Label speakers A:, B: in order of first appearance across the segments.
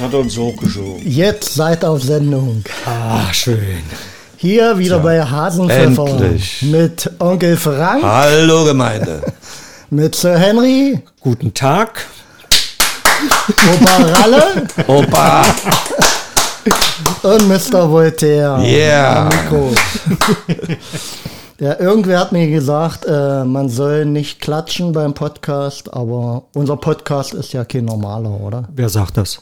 A: hat er uns hochgeschoben.
B: Jetzt seid auf Sendung.
C: Ah, schön.
B: Hier wieder bei Hasenpfeffer
C: endlich.
B: mit Onkel Frank,
A: Hallo Gemeinde.
B: mit Sir Henry,
C: Guten Tag.
B: Opa Ralle
A: Opa.
B: und Mr. Voltaire.
A: Yeah.
B: Mikro. Ja, irgendwer hat mir gesagt, äh, man soll nicht klatschen beim Podcast, aber unser Podcast ist ja kein normaler, oder?
C: Wer sagt das?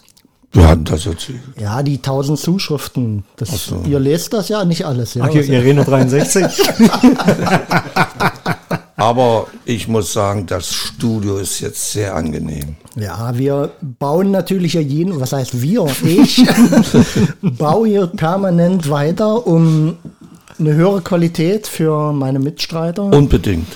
A: Wir hatten das jetzt.
B: Ja, die 1000 Zuschriften. Das, Ihr lest das ja nicht alles, ja? Also
C: Ach, hier,
B: Was-
C: Irene 63.
A: Aber ich muss sagen, das Studio ist jetzt sehr angenehm.
B: Ja, wir bauen natürlich ja jeden, was heißt wir? Ich baue hier permanent weiter, um eine höhere Qualität für meine Mitstreiter.
A: Unbedingt.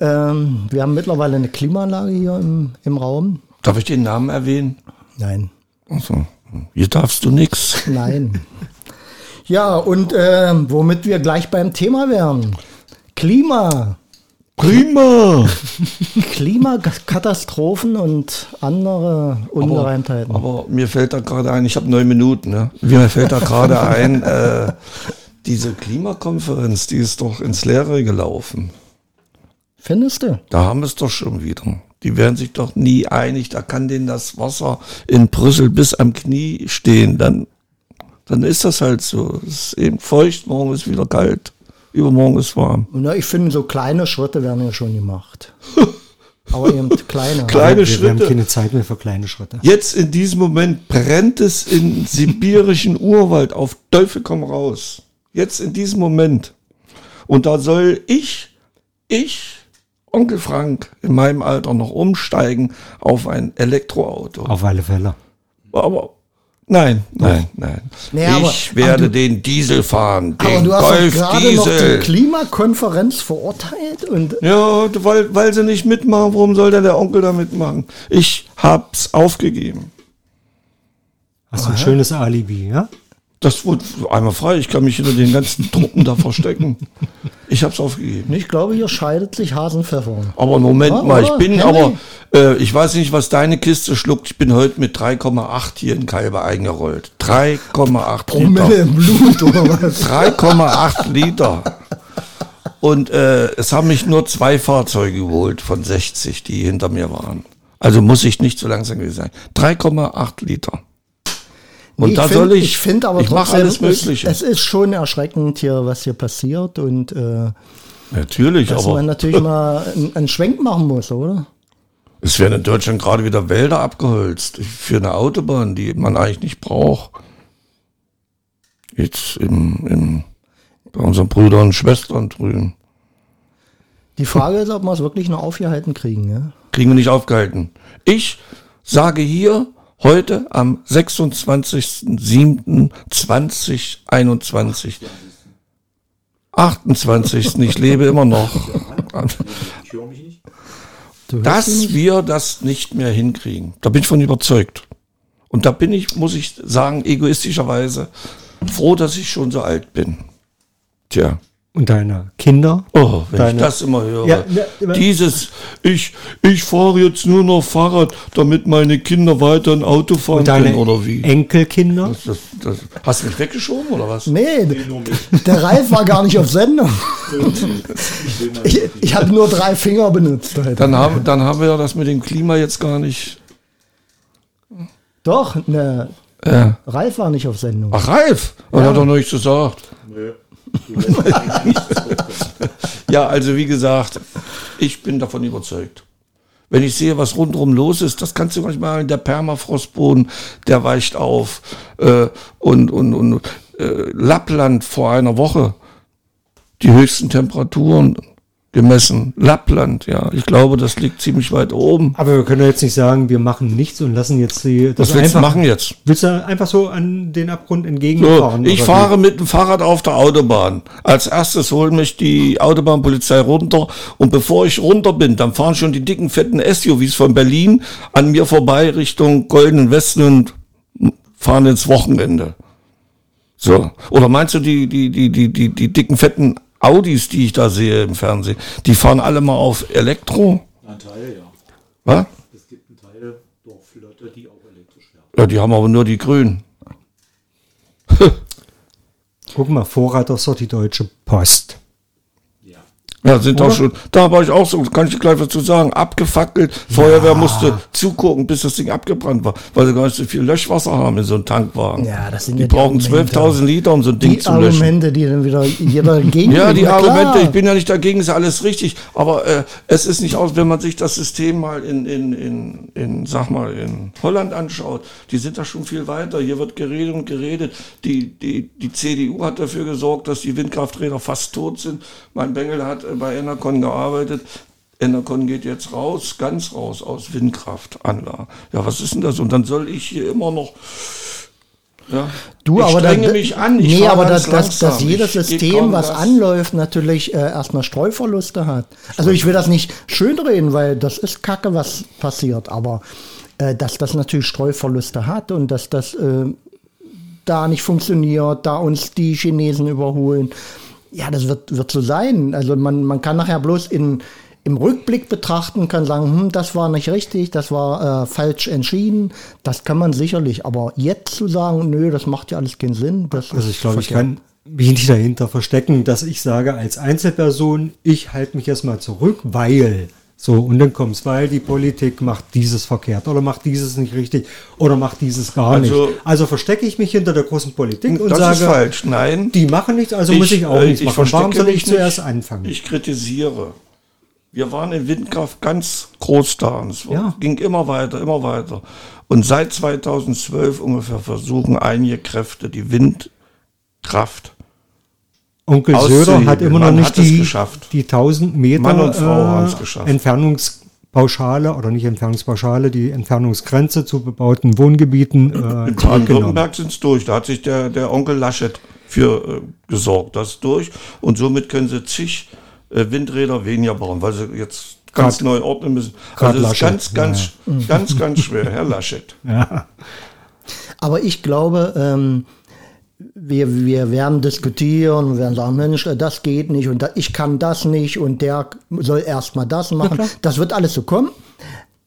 B: ähm, wir haben mittlerweile eine Klimaanlage hier im, im Raum.
A: Darf ich den Namen erwähnen?
B: Nein.
A: Also, hier darfst du nix.
B: Nein. Ja, und ähm, womit wir gleich beim Thema wären. Klima.
A: Prima.
B: Klimakatastrophen und andere Ungereimtheiten.
A: Aber mir fällt da gerade ein, ich habe neun Minuten, ne? Mir fällt da gerade ein, äh, diese Klimakonferenz, die ist doch ins Leere gelaufen.
B: Findest du?
A: Da haben wir es doch schon wieder. Die werden sich doch nie einig. Da kann denen das Wasser in Brüssel bis am Knie stehen. Dann, dann ist das halt so. Es ist eben feucht, morgen ist wieder kalt, übermorgen ist warm.
B: Na, ich finde, so kleine Schritte werden ja schon gemacht. Aber eben kleine.
A: Kleine
C: wir, Wir haben
A: Schritte.
C: keine Zeit mehr für kleine Schritte.
A: Jetzt in diesem Moment brennt es im sibirischen Urwald auf Teufel komm raus. Jetzt in diesem Moment. Und da soll ich, ich, Onkel Frank, in meinem Alter noch umsteigen auf ein Elektroauto.
C: Auf alle Fälle.
A: Aber nein, nein, nein.
B: Nee, aber-
A: ich werde den Diesel fahren. Den
B: Aber du hast doch
A: Golf
B: gerade noch die
A: Diesel.
B: Klimakonferenz verurteilt und
A: ja, weil, weil sie nicht mitmachen, warum soll denn der Onkel da mitmachen? Ich hab's aufgegeben.
C: Hast du ein schönes Alibi, ja?
A: Das wurde einmal frei. Ich kann mich hinter den ganzen Truppen da verstecken. Ich hab's aufgegeben.
B: ich glaube, hier scheidet sich Hasenpfeffer.
A: Aber Moment
B: Ja,
A: mal, ich
B: oder?
A: bin
B: Henry?
A: aber, äh, ich weiß nicht, was deine Kiste schluckt. Ich bin heute mit 3,8 hier in Kalbe eingerollt. 3,8 Liter.
B: Promille im Blut oder was?
A: 3,8 Liter. Und äh, es haben mich nur zwei Fahrzeuge geholt von 60, die hinter mir waren. Also muss ich nicht so langsam gewesen sein. 3,8 Liter. Und
B: Nee,
A: da
B: find-
A: soll ich,
B: ich finde aber
A: ich mache
B: trotzdem,
A: alles Mögliche.
B: Es, es ist schon erschreckend hier, was hier passiert und äh,
A: Natürlich,
B: dass man
A: aber
B: natürlich mal einen, einen Schwenk machen muss, oder?
A: es werden in Deutschland gerade wieder Wälder abgeholzt für eine Autobahn, die man eigentlich nicht braucht. Jetzt im, im, bei unseren Brüdern und Schwestern drüben.
B: Die Frage ist, ob wir es wirklich noch aufgehalten kriegen. Ja?
A: kriegen wir nicht aufgehalten. Ich sage hier heute am 26.07.2021, 28. ich lebe immer noch,
B: Du hörst ihn
A: dass
B: nicht?
A: wir das nicht mehr hinkriegen. Da bin ich von überzeugt. Und da bin ich, muss ich sagen, egoistischerweise froh, dass ich schon so alt bin. Tja.
C: Und deine Kinder?
A: Oh, wenn
C: Deine-
A: ich das immer höre.
C: Ja, ne, ja, immer-
A: Dieses, ich, ich fahre jetzt nur noch Fahrrad, damit meine Kinder weiter ein Auto fahren
C: Und deine
A: können, oder wie?
C: Enkelkinder?
A: Das, das, hast du mich weggeschoben, oder was?
C: Ne.
B: Nee, der Ralf war gar nicht auf Sendung. Ich, ich habe nur drei Finger benutzt heute.
A: Dann haben, dann haben wir ja das mit dem Klima jetzt gar nicht.
B: Doch, ne,
A: Äh,
B: Ralf war nicht auf Sendung.
A: ach, Ralf, er hat doch noch nichts gesagt. ja, also wie gesagt, ich bin davon überzeugt. Wenn ich sehe, was rundherum los ist, das kannst du manchmal in der Permafrostboden, der weicht auf. Äh, und und, und äh, Lappland vor einer Woche, die höchsten Temperaturen gemessen. Lappland, ja. Ich glaube, das liegt ziemlich weit oben.
C: Aber wir können ja jetzt nicht sagen, wir machen nichts und lassen jetzt die, das
A: Was willst du
C: Also einfach.
A: machen jetzt?
C: Willst du einfach so an den Abgrund
A: So,
C: entgegenfahren?
A: ich
C: oder wie?
A: fahre mit dem Fahrrad auf der Autobahn. Als erstes holt mich die Autobahnpolizei runter und bevor ich runter bin, dann fahren schon die dicken, fetten SUVs von Berlin an mir vorbei Richtung Goldenen Westen und fahren ins Wochenende. So. Oder meinst du, die, die, die, die, die, die dicken, fetten Audis, die ich da sehe im Fernsehen, die fahren alle mal auf Elektro?
D: Ein Teil, ja.
A: Was?
D: Es gibt einen Teil der Flotte, die auch elektrisch fährt.
A: Ja, die haben aber nur die Grünen.
C: Guck mal, Vorrat ist doch die Deutsche Post.
A: Ja, sind doch schon. Da war ich auch so, kann ich gleich dazu sagen, abgefackelt. Feuerwehr musste zugucken, bis das Ding abgebrannt war, weil sie gar nicht so viel Löschwasser haben in so einem Tankwagen.
B: Ja, das sind
A: die
B: ja die
A: brauchen
B: Argumente.
A: 12.000 Liter, um so ein Ding
B: Die
A: zu löschen.
B: Argumente, die dann wieder jeder gegen
A: Ja, die
B: Na klar.
A: Argumente, ich bin ja nicht dagegen, ist ja alles richtig. Aber äh, es ist nicht aus, wenn man sich das System mal in, in, in, in, sag mal, in Holland anschaut, die sind da schon viel weiter. Hier wird geredet und geredet. Die, die, die CDU hat dafür gesorgt, dass die Windkrafträder fast tot sind. Mein Bengel hat äh, bei Enercon gearbeitet. Enercon geht jetzt raus, ganz raus aus Windkraftanlagen. Ja, was ist denn das? Und dann soll ich hier immer noch. Ja,
B: Du,
A: ich
B: aber da-
A: strenge mich an. Ich
B: nee,
A: fahr
B: aber
A: ganz
B: dass, dass, dass
A: langsam. Ich
B: jedes
A: geb
B: System, was
A: Vollgas.
B: anläuft, natürlich äh, erstmal Streuverluste hat. Also ich will das nicht schönreden, weil das ist Kacke, was passiert. Aber äh, dass das natürlich Streuverluste hat und dass das äh, da nicht funktioniert, da uns die Chinesen überholen. Ja, das wird, wird so sein. Also man, man kann nachher bloß in, im Rückblick betrachten, kann sagen, hm, das war nicht richtig, das war äh, falsch entschieden. Das kann man sicherlich. Aber jetzt zu sagen, nö, das macht ja alles keinen Sinn. Das
C: Also
B: ist
C: ich glaube, ich
B: verkehrt.
C: kann mich nicht dahinter verstecken, dass ich sage, als Einzelperson, ich halte mich erstmal zurück, weil. So, und dann kommt's, weil die Politik macht dieses verkehrt oder macht dieses nicht richtig oder macht dieses gar
A: Also- Hm,
C: nicht. Also verstecke ich mich hinter der großen Politik und
A: das
C: sage,
A: ist falsch. Nein.
C: die machen nichts, also muss ich auch
A: äh,
C: nichts
A: ich
C: machen. Warum
A: verstecke
C: soll ich
A: mich
C: zuerst
A: nicht.
C: anfangen?
A: Ich kritisiere. Wir waren in Windkraft ganz groß da. Und es war-
C: Ja.
A: ging immer weiter, immer weiter. Und seit 2012 ungefähr versuchen einige Kräfte die Windkraft
C: Onkel Söder hat
A: auszuhebeln.
C: immer noch
A: Man
C: nicht
A: hat es
C: die,
A: geschafft.
C: die 1000
A: Mann und Frau
C: Meter
A: haben's geschafft.
C: äh, Entfernungspauschale oder nicht Entfernungspauschale, die Entfernungsgrenze zu bebauten Wohngebieten äh,
A: In
C: zurückgenommen.
A: Baden-Württemberg sind es durch. Da hat sich der, der Onkel Laschet für äh, gesorgt. Das ist durch. Und somit können sie zig äh, Windräder weniger bauen, weil sie jetzt ganz
C: Grad-
A: neu ordnen müssen.
C: Grad
A: Also es ist ganz,
C: Laschet,
A: ganz, ganz, ganz schwer, Herr Laschet.
C: Ja.
B: Aber ich glaube, ähm, wir, wir werden diskutieren, wir werden sagen, Mensch, äh, das geht nicht und da, ich kann das nicht und der soll erstmal das machen. Das wird alles so kommen.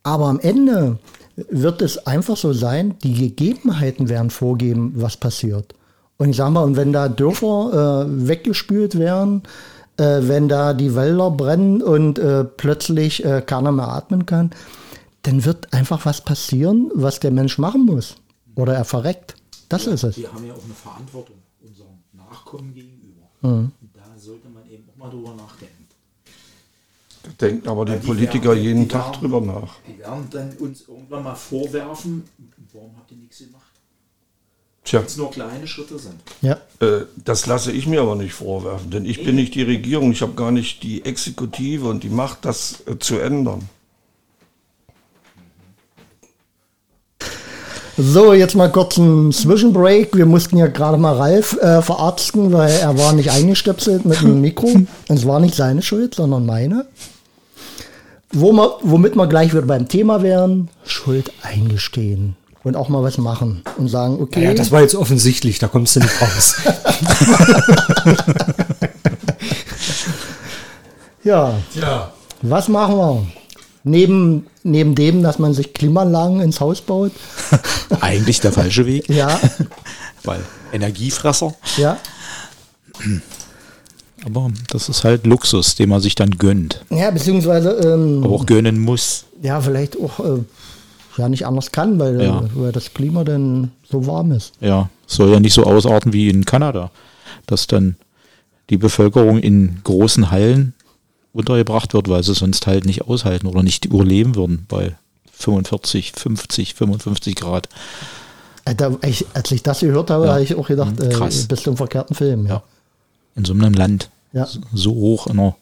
B: Aber am Ende wird es einfach so sein, die Gegebenheiten werden vorgeben, was passiert. Und ich sag mal, und wenn da Dörfer äh, weggespült werden, äh, wenn da die Wälder brennen und äh, plötzlich äh, keiner mehr atmen kann, dann wird einfach was passieren, was der Mensch machen muss. Oder er verreckt. Das ist es.
D: Wir haben ja auch eine Verantwortung unseren Nachkommen gegenüber. Und da sollte man eben auch mal drüber nachdenken.
A: Da denken aber die
D: die
A: Politiker
D: werden-
A: jeden
D: die
A: Tag
D: werden-
A: drüber nach.
D: Die werden dann uns irgendwann mal vorwerfen, warum habt ihr nichts gemacht?
A: Tja,
D: Wenn es nur kleine Schritte sind.
B: Ja.
A: äh, das lasse ich mir aber nicht vorwerfen, denn ich bin nicht die Regierung. Ich habe gar nicht die Exekutive und die Macht, das äh, zu ändern.
B: So, jetzt mal kurz ein Zwischenbreak. Wir mussten ja gerade mal Ralf äh, verarzten, weil er war nicht eingestöpselt mit dem Mikro. Und es war nicht seine Schuld, sondern meine. Wo ma- womit wir gleich wieder beim Thema wären, Schuld eingestehen. Und auch mal was machen und sagen, okay,
C: Ja, das war jetzt offensichtlich, da kommst du nicht raus.
B: ja,
C: ja.
B: was machen wir? Neben, neben dem, dass man sich Klimaanlagen ins Haus baut.
D: Eigentlich der falsche Weg,
B: Ja,
D: weil Energiefresser.
B: ja.
D: Aber das ist halt Luxus, den man sich dann gönnt.
B: Ja, beziehungsweise ähm,
D: Aber auch gönnen muss.
B: ja, vielleicht auch äh, ja nicht anders kann, weil, äh,
D: Ja.
B: weil das Klima dann so warm ist.
D: Ja, es soll ja nicht so ausarten wie in Kanada, dass dann die Bevölkerung in großen Hallen untergebracht wird, weil sie sonst halt nicht aushalten oder nicht überleben würden bei 45, 50, 55 Grad.
B: Alter, Äh, ich, als ich das gehört habe,
D: Ja.
B: habe ich auch gedacht,
D: Mhm, krass.
B: äh, bist du im verkehrten Film. Ja.
D: Ja. In so einem Land.
B: Ja.
D: So hoch in der,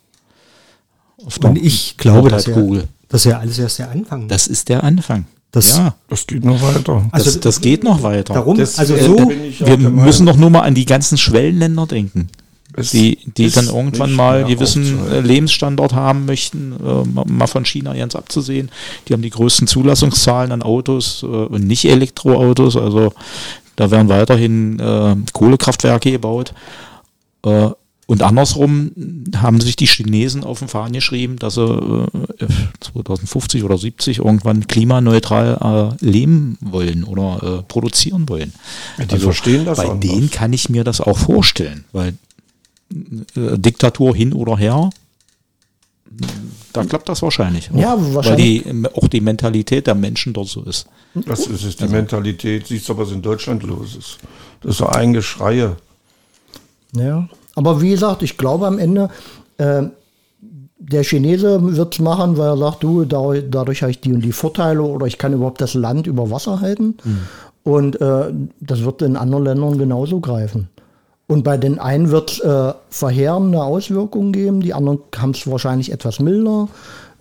D: auf
C: Und ich glaube, dass ja,
D: Nordhalbkugel.
C: dass ja alles erst der Anfang.
D: Das ist der Anfang.
C: Das-
D: ja,
A: Das geht noch weiter.
D: das,
C: also-
D: das geht noch weiter.
C: Darum,
A: Das-
C: also
A: äh,
C: so,
A: bin ich auch
D: Wir
A: der Meinung.
D: müssen doch nur mal an die ganzen Schwellenländer denken.
A: Es
D: die, die
A: ist
D: dann irgendwann
A: nicht
D: mal
A: mehr
D: gewissen äh,
A: aufzuhalten.
D: Lebensstandard haben möchten, äh, ma- mal von China ganz abzusehen. Die haben die größten Zulassungszahlen an Autos äh, und nicht Elektroautos. Also da werden weiterhin äh, Kohlekraftwerke gebaut. Äh, Und andersrum haben sich die Chinesen auf den Fahnen geschrieben, dass sie äh, 2050 oder 70 irgendwann klimaneutral äh, leben wollen oder äh, produzieren wollen. Also
A: die verstehen das
D: Bei
A: anders.
D: denen kann ich mir das auch vorstellen, weil äh, Diktatur hin oder her, da klappt das wahrscheinlich.
B: Ja,
D: auch,
B: wahrscheinlich.
D: Weil die, ähm, auch die Mentalität der Menschen dort so ist.
A: Das ist, es, die
D: also
A: Mentalität. Siehst du, was in Deutschland los ist. Das ist so ein Geschreie.
B: Ja. Aber wie gesagt, ich glaube am Ende, äh, der Chinese wird es machen, weil er sagt, du, dadurch, dadurch habe ich die und die Vorteile oder ich kann überhaupt das Land über Wasser halten. Und äh, das wird in anderen Ländern genauso greifen. Und bei den einen wird es äh, verheerende Auswirkungen geben, die anderen haben es wahrscheinlich etwas milder.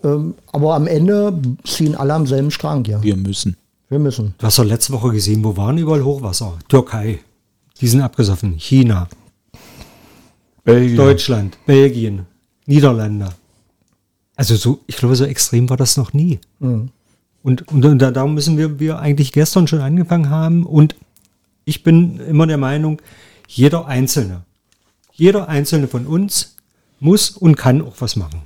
B: Ähm, aber am Ende ziehen alle am selben Strang, ja.
D: Wir müssen.
B: Wir müssen.
C: Du hast doch letzte Woche gesehen, wo waren überall Hochwasser? Türkei. Die sind abgesoffen. China,
A: Belgien.
C: Deutschland, Belgien, Niederlande. Also so, ich glaube, so extrem war das noch nie.
B: Mhm.
C: Und, und, da, darum müssen wir, wir eigentlich gestern schon angefangen haben. Und ich bin immer der Meinung, jeder Einzelne, jeder Einzelne von uns muss und kann auch was machen.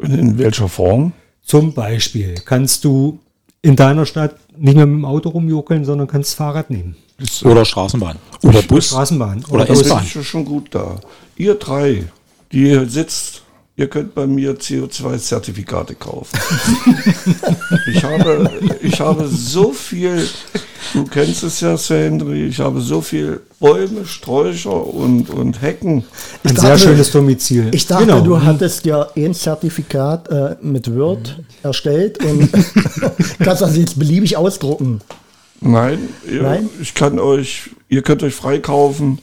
A: In, in welcher Form?
C: Zum Beispiel kannst du in deiner Stadt nicht mehr mit dem Auto rumjokeln, sondern kannst Fahrrad nehmen.
D: Oder Straßenbahn. äh, Oder Bus.
C: Straßenbahn.
D: Oder
A: Da
C: Bus.
D: S-Bahn.
A: bin ich ja schon gut da. Ihr drei, die hier sitzt, ihr könnt bei mir CO2-Zertifikate kaufen. ich, habe, ich habe so viel, du kennst es ja, Sir Henry, ich habe so viel Bäume, Sträucher und, und Hecken.
C: Ein
B: dachte-
C: sehr schönes Domizil.
B: Ich dachte,
C: Genau.
B: du hattest ja ein Zertifikat äh, mit Word erstellt und kannst das jetzt beliebig ausdrucken.
A: Nein, ihr,
B: Nein?
A: ich kann euch, ihr könnt euch freikaufen.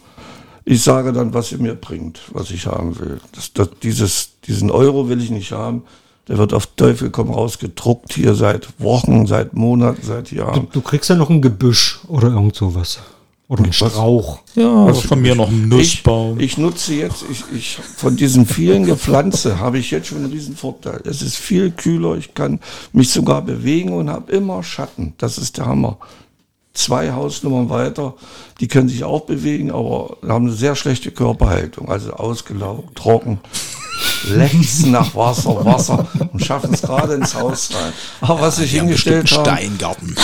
A: Ich sage dann, was ihr mir bringt, was ich haben will. Das, das, dieses, diesen Euro will ich nicht haben. Der wird auf Teufel komm raus gedruckt hier seit Wochen, seit Monaten, seit Jahren.
C: Du kriegst ja noch ein Gebüsch oder irgend sowas. Oder einen Strauch.
D: Ja, von mir noch ein Nussbaum.
A: Ich, ich nutze jetzt, ich, ich, von diesem vielen Gepflanze habe ich jetzt schon einen riesen Vorteil. Es ist viel kühler, ich kann mich sogar bewegen und habe immer Schatten. Das ist der Hammer. Zwei Hausnummern weiter, die können sich auch bewegen, aber haben eine sehr schlechte Körperhaltung, also ausgelaugt, trocken. Lechzen nach Wasser, Wasser und schaffen es gerade ins Haus rein. Aber was ich hingestellt habe,
D: Steingarten.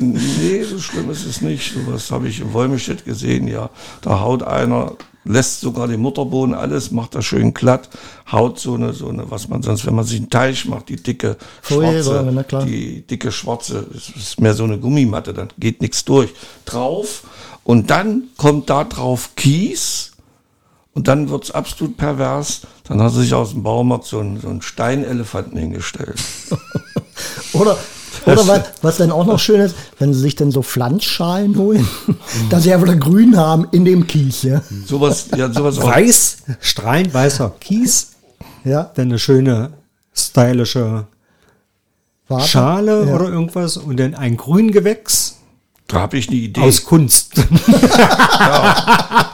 A: Nee, so schlimm ist es nicht. Sowas habe ich in Wolmestedt gesehen, ja. Da haut einer, lässt sogar den Mutterboden alles, macht das schön glatt, haut so eine, so eine, was man sonst, wenn man sich einen Teich macht, die dicke
B: Folie,
A: schwarze,
B: na klar.
A: die dicke schwarze, es ist mehr so eine Gummimatte, dann geht nichts durch, drauf und dann kommt da drauf Kies und dann wird's absolut pervers. Dann hat sich aus dem Baumarkt so einen, so einen Steinelefanten hingestellt.
B: Oder, oder was, was dann auch noch schön ist, wenn sie sich dann so Pflanzschalen holen, dass sie ja wieder grün haben in dem Kies. Ja,
A: Sowas, ja, sowas auch.
C: Weiß, strahlend weißer Kies.
B: ja
C: Dann eine schöne, stylische
B: warte.
C: Schale
B: Ja.
C: oder irgendwas. Und dann ein Grüngewächs
A: Da habe ich eine Idee.
C: aus Kunst.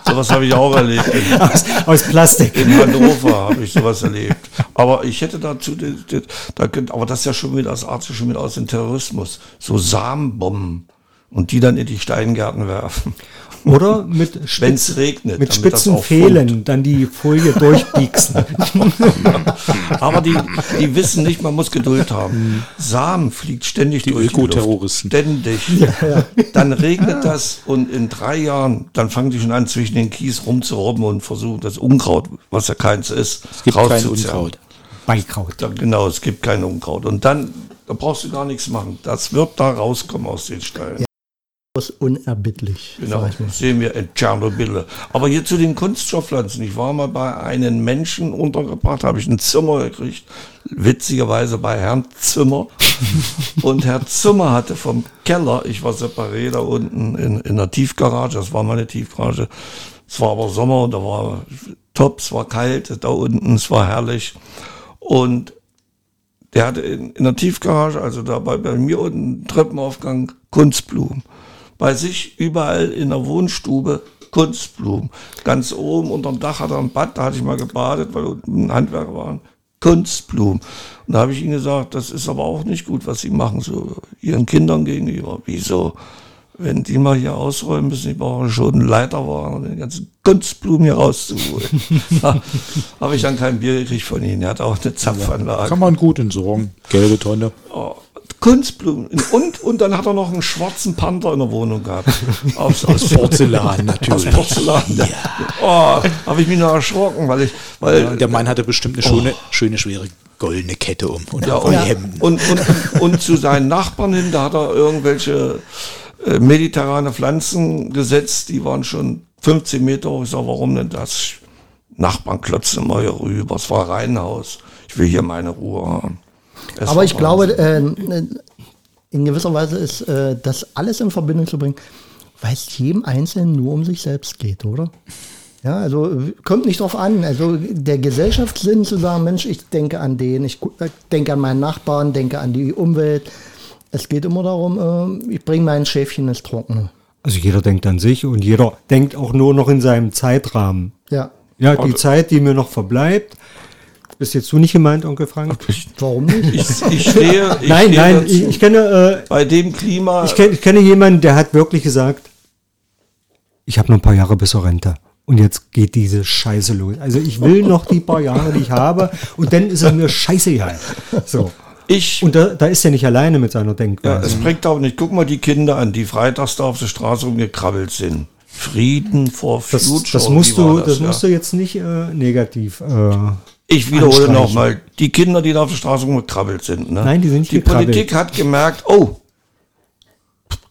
A: Sowas habe ich auch erlebt. In,
C: aus, aus Plastik.
A: in Hannover habe ich sowas erlebt. Aber ich hätte dazu, den- den- da könnt, aber das ist ja schon wieder, das arzt schon wieder aus dem Terrorismus. So Samenbomben. Und die dann in die Steingärten werfen.
C: Oder mit
A: Wenn's
C: Spitzen,
A: regnet, damit
C: mit
A: das
C: spitzen
A: auch
C: Fehlen dann die Folie durchbiegsen.
A: Aber die, die wissen nicht, man muss Geduld haben. Samen fliegt ständig
D: Die
A: durch Luft.
D: Ökoterroristen.
A: Ständig. Dann regnet das und in drei Jahren, dann fangen die schon an, zwischen den Kies rumzurobben und versuchen das Unkraut, was ja keins ist,
D: Es gibt kein
A: rauszuzerren.
D: Unkraut.
C: Beikraut.
A: Da, genau, es gibt kein Unkraut. Und dann, da brauchst du gar nichts machen. Das wird da rauskommen aus den Steinen.
B: Das ist unerbittlich.
A: genau, das sehen wir in Tschernobyl. Aber hier zu den Kunststoffpflanzen. Ich war mal bei einem Menschen untergebracht, habe ich ein Zimmer gekriegt. Witzigerweise bei Herrn Zimmer. Und Herr Zimmer hatte vom Keller, ich war separé da unten in, in der Tiefgarage, das war meine Tiefgarage. Es war aber Sommer und da war top, es war kalt da unten, es war herrlich. Und der hatte in, in der Tiefgarage, also da bei, bei mir unten im Treppenaufgang, Kunstblumen. Bei sich überall in der Wohnstube Kunstblumen. Ganz oben unterm Dach hat er ein Bad, da hatte ich mal gebadet, weil unten Handwerker waren. Kunstblumen. Und da habe ich ihm gesagt, das ist aber auch nicht gut, was Sie machen, so Ihren Kindern gegenüber. Wieso? wenn die mal hier ausräumen müssen, ich brauche schon einen Leiter, um den ganzen Gunstblumen hier rauszuholen. da habe ich dann kein Bier gekriegt von ihnen. Er hat auch eine Zapfanlage.
D: Kann man gut entsorgen. Gelbe Tonne.
A: Oh, Kunstblumen. Und, und dann hat er noch einen schwarzen Panther in der Wohnung gehabt. Aus, aus
D: Porzellan
A: Aus
D: natürlich.
A: Porzellan. Oh, habe ich mich noch erschrocken, weil ich, weil
D: Ja, Der Mann hatte bestimmt eine schöne, schöne schwere goldene Kette um und
A: Ja,
D: auch die
A: und,
D: Hemden.
A: und, und, und zu seinen Nachbarn hin, da hat er irgendwelche äh, mediterrane Pflanzen gesetzt, die waren schon 15 Meter hoch. Ich sag, warum denn das? Nachbarn klotzen immer hier rüber, es war Reihenhaus. Ich will hier meine Ruhe haben. Es
B: Aber
A: war
B: ich glaube, äh, in gewisser Weise ist äh, das alles in Verbindung zu bringen, weil es jedem Einzelnen nur um sich selbst geht, oder? Ja, also äh, kommt nicht drauf an. Also der Gesellschaftssinn zu sagen, Mensch, ich denke an den, ich gu- äh, denke an meinen Nachbarn, denke an die Umwelt. Es geht immer darum, äh, ich bringe mein Schäfchen ins Trockene.
C: Also jeder denkt an sich und jeder denkt auch nur noch in seinem Zeitrahmen.
B: Ja,
C: Ja, die Zeit, die mir noch verbleibt. Bist jetzt du nicht gemeint, Onkel Frank?
B: warum nicht?
A: Wahnsinn. ich, ich stehe, ich
C: nein,
A: stehe
C: nein,
A: dazu.
C: ich, ich kenne,
A: bei dem Klima.
C: äh, ich kenne, ich kenne jemanden, der hat wirklich gesagt, ich habe noch ein paar Jahre bis zur Rente. Und jetzt geht diese Scheiße los. Also ich will noch die paar Jahre, die ich habe, und dann ist es mir scheißegal. So.
A: ich
C: Und da, da ist er nicht alleine mit seiner
A: Ja,
C: Denkweise.
A: es bringt auch nicht. Guck mal die Kinder an, die freitags da auf der Straße rumgekrabbelt sind. Frieden vor
C: das,
A: Future.
C: das
A: wie
C: musst
A: war
C: du, das musst du jetzt nicht äh, negativ. Äh,
A: Ich wiederhole
C: anstreichen.
A: nochmal, die Kinder, die da auf der Straße rumgekrabbelt sind. Ne?
C: Nein, die sind nicht
A: Die
C: gekrabbelt.
A: Politik hat gemerkt, oh,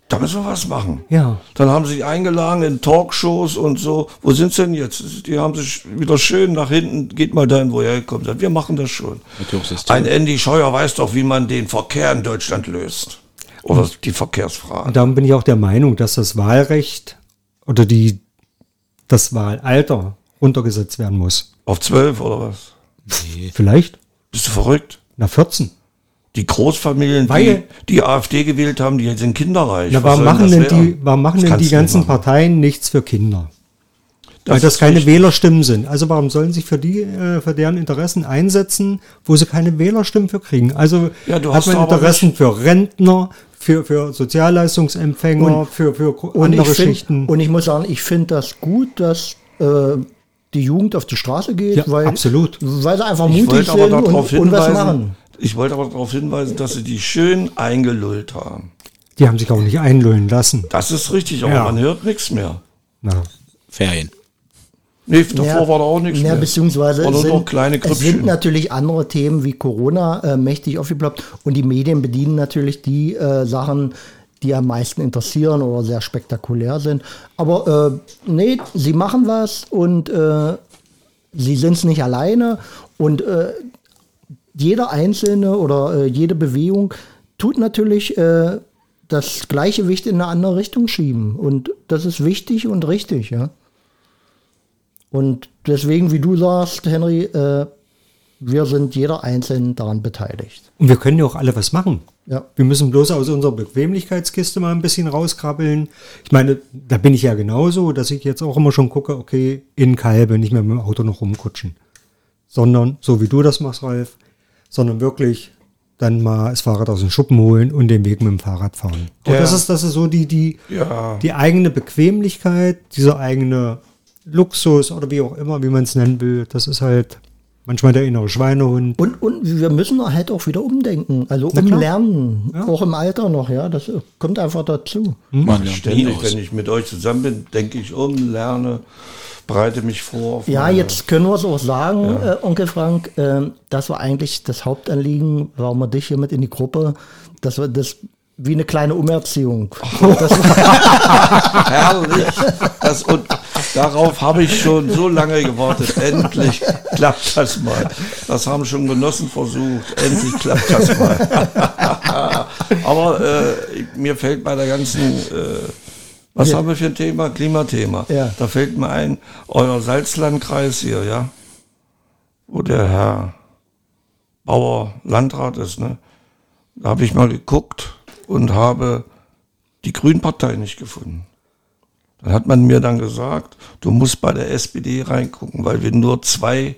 A: da müssen wir was machen.
C: ja.
A: Dann haben sie die eingeladen in Talkshows und so. Wo sind sie denn jetzt? Die haben sich wieder schön nach hinten, geht mal dahin, wo ihr hergekommen seid. Wir machen das schon.
D: Natürlich.
A: Ein Andy Scheuer weiß doch, wie man den Verkehr in Deutschland löst. Oder die Verkehrsfragen.
C: Und darum bin ich auch der Meinung, dass das Wahlrecht oder die, das Wahlalter runtergesetzt werden muss.
A: Auf zwölf oder was?
C: Vielleicht?
A: Bist du verrückt?
C: Na, 14.
A: Die Großfamilien,
C: Weil-
A: die die AfD gewählt haben, die sind kinderreich.
C: Na,
A: Was
C: warum
A: soll
C: machen, denn
A: das werden?
C: die, warum machen
A: Das
C: denn
A: kannst
C: die
A: du nicht
C: ganzen
A: machen.
C: Parteien nichts für Kinder? Weil
A: ist
C: das keine
A: richtig.
C: Wählerstimmen sind. Also warum sollen sich für die, äh, für deren Interessen einsetzen, wo sie keine Wählerstimmen für kriegen? Also
A: Ja, du
C: hat
A: hast
C: man
A: doch aber
C: Interessen für Rentner, für, für Sozialleistungsempfänger, für, für gro-
B: Und ich,
C: andere
B: find,
C: Schichten.
B: und ich muss sagen, ich finde das gut, dass äh, die Jugend auf die Straße geht,
C: Ja,
B: weil,
C: absolut.
B: weil sie einfach
A: Ich
B: mutig
A: wollte
B: sind
A: aber
B: und,
A: darauf
B: und was
A: hinweisen.
B: machen.
A: Ich wollte aber darauf hinweisen, dass sie die schön eingelullt haben.
C: Die haben sich auch nicht einlullen lassen.
A: Das ist richtig, aber
C: Ja.
A: man hört nichts mehr.
C: Na,
D: Ferien.
A: Nee, davor war da auch nichts
B: ja,
A: mehr.
B: Beziehungsweise
A: Oder
B: es
A: nur
B: sind,
A: kleine
B: es sind
A: Krüppchen.
B: natürlich andere Themen wie Corona äh, mächtig aufgeploppt und die Medien bedienen natürlich die äh, Sachen, die am meisten interessieren oder sehr spektakulär sind. Aber äh, nee, sie machen was und äh, sie sind es nicht alleine und äh, jeder Einzelne oder äh, jede Bewegung tut natürlich äh, das Gleichgewicht in eine andere Richtung schieben und das ist wichtig und richtig, ja. Und deswegen, wie du sagst, Henry, äh, wir sind jeder einzeln daran beteiligt.
C: Und wir können ja auch alle was machen.
B: Ja.
C: Wir müssen bloß aus unserer Bequemlichkeitskiste mal ein bisschen rauskrabbeln. Ich meine, da bin ich ja genauso, dass ich jetzt auch immer schon gucke, okay, in Kalbe, nicht mehr mit dem Auto noch rumkutschen. Sondern, so wie du das machst, Ralf, sondern wirklich dann mal das Fahrrad aus dem Schuppen holen und den Weg mit dem Fahrrad fahren. Und
A: Ja.
C: das ist, das ist so die, die,
A: Ja.
C: die eigene Bequemlichkeit, dieser eigene Luxus oder wie auch immer, wie man es nennen will, das ist halt manchmal der innere Schweinehund.
B: Und, und wir müssen halt auch wieder umdenken, also
C: Na klar.
B: umlernen, auch im Alter noch, ja, das äh, kommt einfach dazu.
D: Man lernt nie
A: Ständig,
D: aus.
A: wenn ich mit euch zusammen bin, denke ich um, lerne, bereite mich vor. auf
B: Ja,
A: meine-
B: jetzt können wir es auch sagen, äh, Onkel Frank, äh, das war eigentlich das Hauptanliegen, warum wir dich hier mit in die Gruppe, dass wir das wie eine kleine Umerziehung. Das war,
A: Herrlich. Das, und darauf habe ich schon so lange gewartet. Endlich klappt das mal. Das haben schon Genossen versucht. Endlich klappt das mal. Aber äh, ich- mir fällt bei der ganzen, äh, was haben wir für ein Thema? Klimathema.
B: Ja.
A: Da fällt mir ein, euer Salzlandkreis hier, ja? Wo der Herr Bauer Landrat ist, ne? Da habe ich mal geguckt und habe die Grünpartei nicht gefunden. Dann hat man mir dann gesagt, du musst bei der SPD reingucken, weil wir nur zwei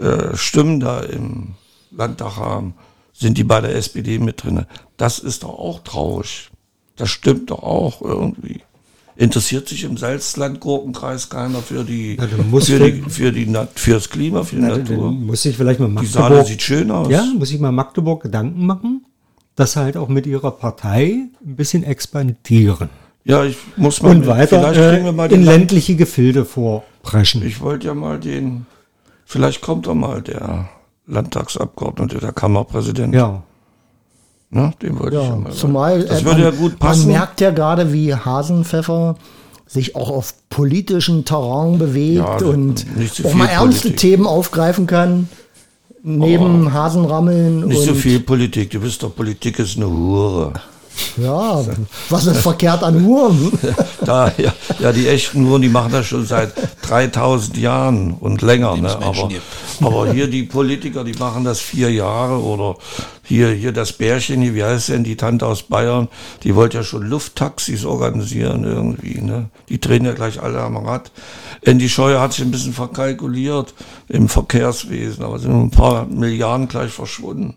A: äh, Stimmen da im Landtag haben, sind die bei der SPD mit drinne. Das ist doch auch traurig. Das stimmt doch auch irgendwie. Interessiert sich im Salzland-Gurkenkreis keiner für die,
C: Ja, dann muss
A: für
C: der-
A: die, für die, Na- fürs Klima, für die Natur.
C: Dann muss ich vielleicht mal
A: Die Saale
C: Magdeburg,
A: sieht schön aus.
C: ja, muss ich mal Magdeburg Gedanken machen, dass sie halt auch mit ihrer Partei ein bisschen expandieren
A: Ja, ich muss mal.
C: und weiter
A: vielleicht kriegen wir mal
C: äh, in
A: den.
C: ländliche Gefilde vorpreschen.
A: ich wollte ja mal den. Vielleicht kommt doch mal der Landtagsabgeordnete, der Kammerpräsident.
C: Ja,
A: Ne? Den wollte ich ja mal.
B: Zumal
A: das
B: äh,
A: würde
B: man,
A: ja gut passen.
B: Man merkt ja gerade, wie Hasenpfeffer sich auch auf politischen Terrain bewegt
A: Ja,
B: und
A: nicht so
B: auch
A: viel
B: mal ernste
A: Politik. Oh.
B: Themen aufgreifen kann. Neben Hasenrammeln
A: Nicht
B: und
A: so viel Politik. Du wisst doch, Politik ist eine Hure.
B: ja, was ist verkehrt an Huren?
A: Da, ja, ja, die echten Huren, die machen das schon seit 3000 Jahren und länger. Ne? Aber, aber hier die Politiker, die machen das vier Jahre oder hier, hier das Bärchen, hier, wie heißt denn die Tante aus Bayern, die wollte ja schon Lufttaxis organisieren irgendwie. Ne? Die drehen ja gleich alle am Rad. Andy Scheuer hat sich ein bisschen verkalkuliert im Verkehrswesen, aber sind um ein paar Milliarden gleich verschwunden.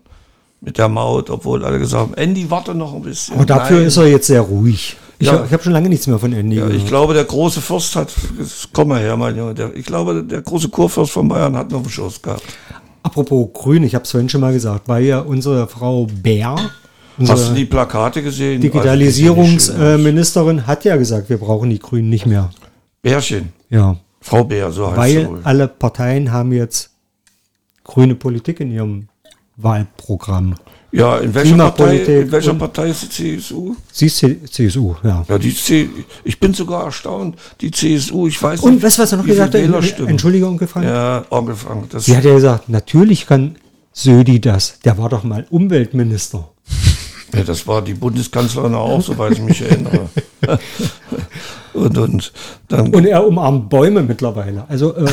A: Mit der Maut, obwohl alle gesagt haben, Andy, warte noch ein bisschen.
C: aber dafür
A: Nein.
C: ist er jetzt sehr ruhig. Ich,
A: Ja.
C: hab- ich habe schon lange nichts mehr von Andy
A: Ja,
C: gehört.
A: ich glaube, der große Fürst hat, komm mal her, mein Junge, der, ich glaube, der große Kurfürst von Bayern hat noch einen Schuss gehabt.
C: Apropos Grün, ich habe es vorhin schon mal gesagt, weil ja unsere Frau Bär,
A: Hast du
C: unsere ähm,
A: die Plakate gesehen? Also,
C: Digitalisierungsministerin, hat ja gesagt, wir brauchen die Grünen nicht mehr.
A: Bärchen,
C: Ja,
A: Frau Bär, so heißt sie
C: weil
A: wohl.
C: alle Parteien haben jetzt grüne Politik in ihrem Wahlprogramm.
A: Ja, in welcher, Partei,
C: Klimapolitik
A: in welcher
C: und-
A: Partei ist die CSU?
C: Sie ist C- CSU, ja.
A: Ja, die C, ich bin sogar erstaunt, die CSU, ich weiß
C: Und was, was er noch
A: wie viele
C: gesagt hat,
A: Wählerstimmen.
C: Entschuldigung, Onkel Frank.
A: Ja, Onkel Frank, das
C: Sie hat ja gesagt, natürlich kann Södi das. Der war doch mal Umweltminister.
A: Ja, das war die Bundeskanzlerin auch, soweit ich mich erinnere. und, und dann
C: Und er umarmt Bäume mittlerweile. Also, äh,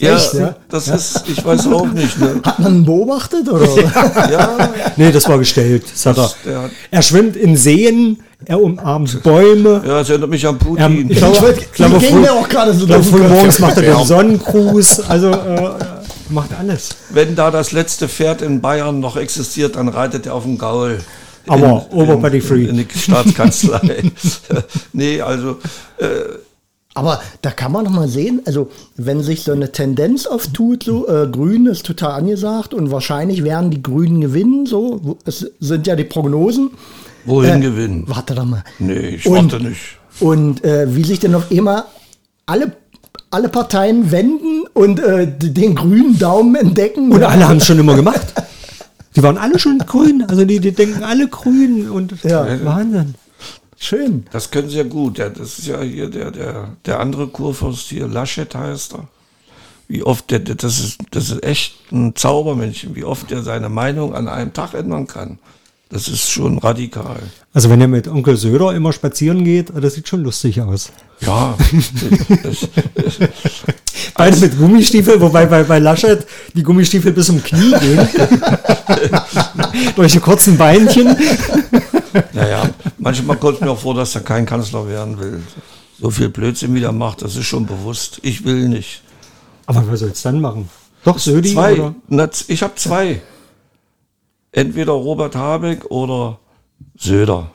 A: Ja,
C: echt, ja?
A: das ist, ich weiß auch nicht. Ne?
B: Hat man ihn beobachtet oder?
A: Ja,
C: Nee, das war gestellt. Das hat
A: Das- der
C: er.
A: hat-
C: er schwimmt in Seen, er umarmt Bäume.
A: ja, es erinnert mich an
C: Er,
A: Putin.
C: ich glaube,
B: wollt-
C: ich glaube,
B: ging
C: früh-
B: mir auch gerade so
C: ich glaube,
B: durch den
C: früh
B: Kopf.
C: morgens macht er den Sonnengruß. Also äh, macht alles.
A: Wenn da das letzte Pferd in Bayern noch existiert, dann reitet er auf dem Gaul.
C: Aber
A: in,
C: Oberbody
A: in,
C: free.
A: In, in die Staatskanzlei. nee, also
B: Aber da kann man doch mal sehen, also wenn sich so eine Tendenz auftut, so äh, Grün ist total angesagt und wahrscheinlich werden die Grünen gewinnen, so wo- es sind ja die Prognosen.
C: Äh,
A: wohin gewinnen?
B: Warte doch mal.
A: Nee, ich
B: Und-
A: warte nicht.
B: Und äh, wie sich denn auf immer alle, alle Parteien wenden und äh, d- den grünen Daumen entdecken.
C: Und
B: ja.
C: alle haben es schon immer gemacht. Die waren alle schon grün. Also die, die denken alle grün. Und
B: Ja.
C: Wahnsinn.
B: Schön.
A: Das können sie ja gut. Ja, das ist ja hier der, der, der andere Kurfürst hier, Laschet heißt er. Wie oft der, der das ist, das ist echt ein Zaubermännchen, wie oft er seine Meinung an einem Tag ändern kann. Das ist schon radikal.
C: Also wenn er mit Onkel Söder immer spazieren geht, das sieht schon lustig aus.
A: Ja, das,
C: Beide mit Gummistiefeln, wobei bei, bei Laschet die Gummistiefel bis zum Knie gehen. Durch die kurzen Beinchen.
A: naja, manchmal kommt es mir auch vor, dass er kein Kanzler werden will. So viel Blödsinn, wie der macht, das ist schon bewusst. Ich will nicht.
C: Aber wer soll es dann machen? Doch, Södi
A: Zwei,
C: oder?
A: na, z- ich habe zwei. Entweder Robert Habeck oder Söder.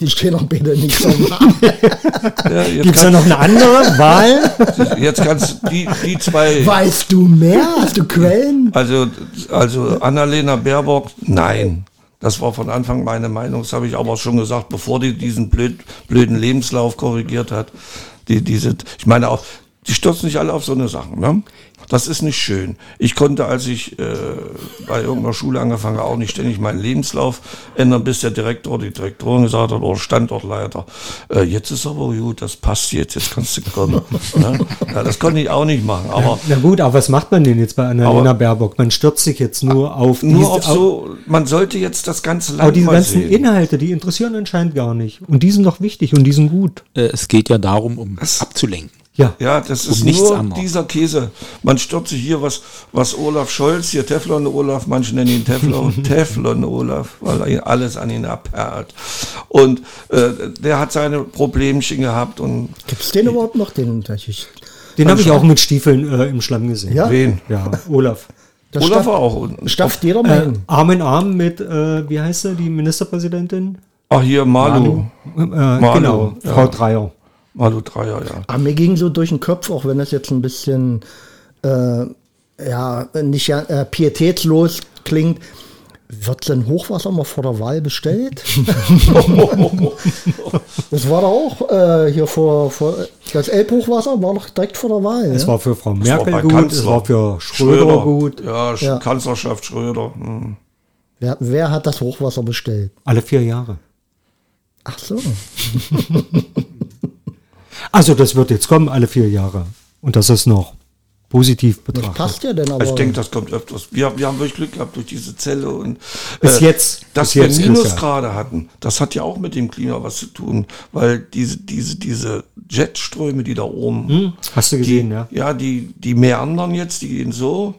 B: Die stehen doch bitte nicht so.
A: Ja, jetzt,
C: Gibt es da noch eine andere Wahl?
A: kann, jetzt kannst die, die zwei.
B: Weißt du mehr? Hast du Quellen?
A: Also, also Annalena Baerbock, nein. Das war von Anfang meine Meinung. Das habe ich aber auch schon gesagt, bevor die diesen blöd, blöden Lebenslauf korrigiert hat. Die, diese, ich meine auch, die stürzen nicht alle auf so eine Sachen. Ne? Das ist nicht schön. Ich konnte, als ich äh, bei irgendeiner Schule angefangen habe, auch nicht ständig meinen Lebenslauf ändern, bis der Direktor, die Direktorin gesagt hat, oder Standortleiter, äh, jetzt ist aber gut, das passt jetzt, jetzt kannst du kommen. ne? ja, das konnte ich auch nicht machen. Aber
C: Na gut, aber was macht man denn jetzt bei Annalena
A: Aber-
C: Baerbock? Man stürzt sich jetzt nur auf,
A: Nur
C: diese-
A: auf so, man sollte jetzt das ganze Land
C: aber diese
A: mal
C: ganzen
A: sehen.
C: Inhalte, die interessieren anscheinend gar nicht. Und die sind doch wichtig und die sind gut.
D: Äh, es geht ja darum, um abzulenken.
C: Ja.
A: ja, das ist
D: nichts
A: nur
D: anderes.
A: dieser Käse. Man stürzt sich hier, was, was Olaf Scholz, hier Teflon Olaf, manche nennen ihn Teflon, Teflon Olaf, weil er ihn- alles an ihn abperlt. Und äh, der hat seine Problemchen gehabt und
B: Gibt es den überhaupt noch? Den, das ist-
C: Den habe ich auch mit Stiefeln äh, im Schlamm gesehen.
B: Ja?
A: wen?
C: Ja, Olaf.
B: das
A: Olaf
B: stafft-
A: war auch unten.
B: Stafft jeder mal
C: Äh,
B: hin.
C: Arm in Arm mit, äh, wie heißt sie, die Ministerpräsidentin?
A: Ach, hier Malu.
C: Äh, genau,
A: ja.
C: Frau Dreier.
A: Malu Dreier, ja.
B: Aber Ah, mir ging so durch den Kopf, auch wenn das jetzt ein bisschen äh, ja, nicht ja, äh, pietätlos klingt. Wird denn Hochwasser mal vor der Wahl bestellt? das war doch auch äh, hier vor, vor. Das Elbhochwasser war doch direkt vor der Wahl.
C: Es
B: ne?
C: war für Frau
A: Das war
C: Merkel
A: bei
C: gut,
A: Kanzler.
C: es war für Schröder, gut.
A: Ja, Sch-
B: Ja.
A: Kanzlerschaft Schröder. Hm.
B: wer, wer hat das Hochwasser bestellt?
C: Alle vier Jahre.
B: Ach so.
C: Also das wird jetzt kommen, alle vier Jahre. Und das ist noch positiv
B: Das
C: betrachtet.
B: passt ja denn aber.
A: Also ich denke, das kommt öfters. Wir, wir haben wirklich Glück gehabt durch diese Zelle und äh,
C: Bis jetzt.
A: dass
C: Bis
A: wir
C: jetzt ist
A: Minusgrade hatten. Das hat ja auch mit dem Klima was zu tun, weil diese diese diese Jetströme, die da oben,
C: Hast du gesehen, Hm, ja?
A: ja die die meandern jetzt, die gehen so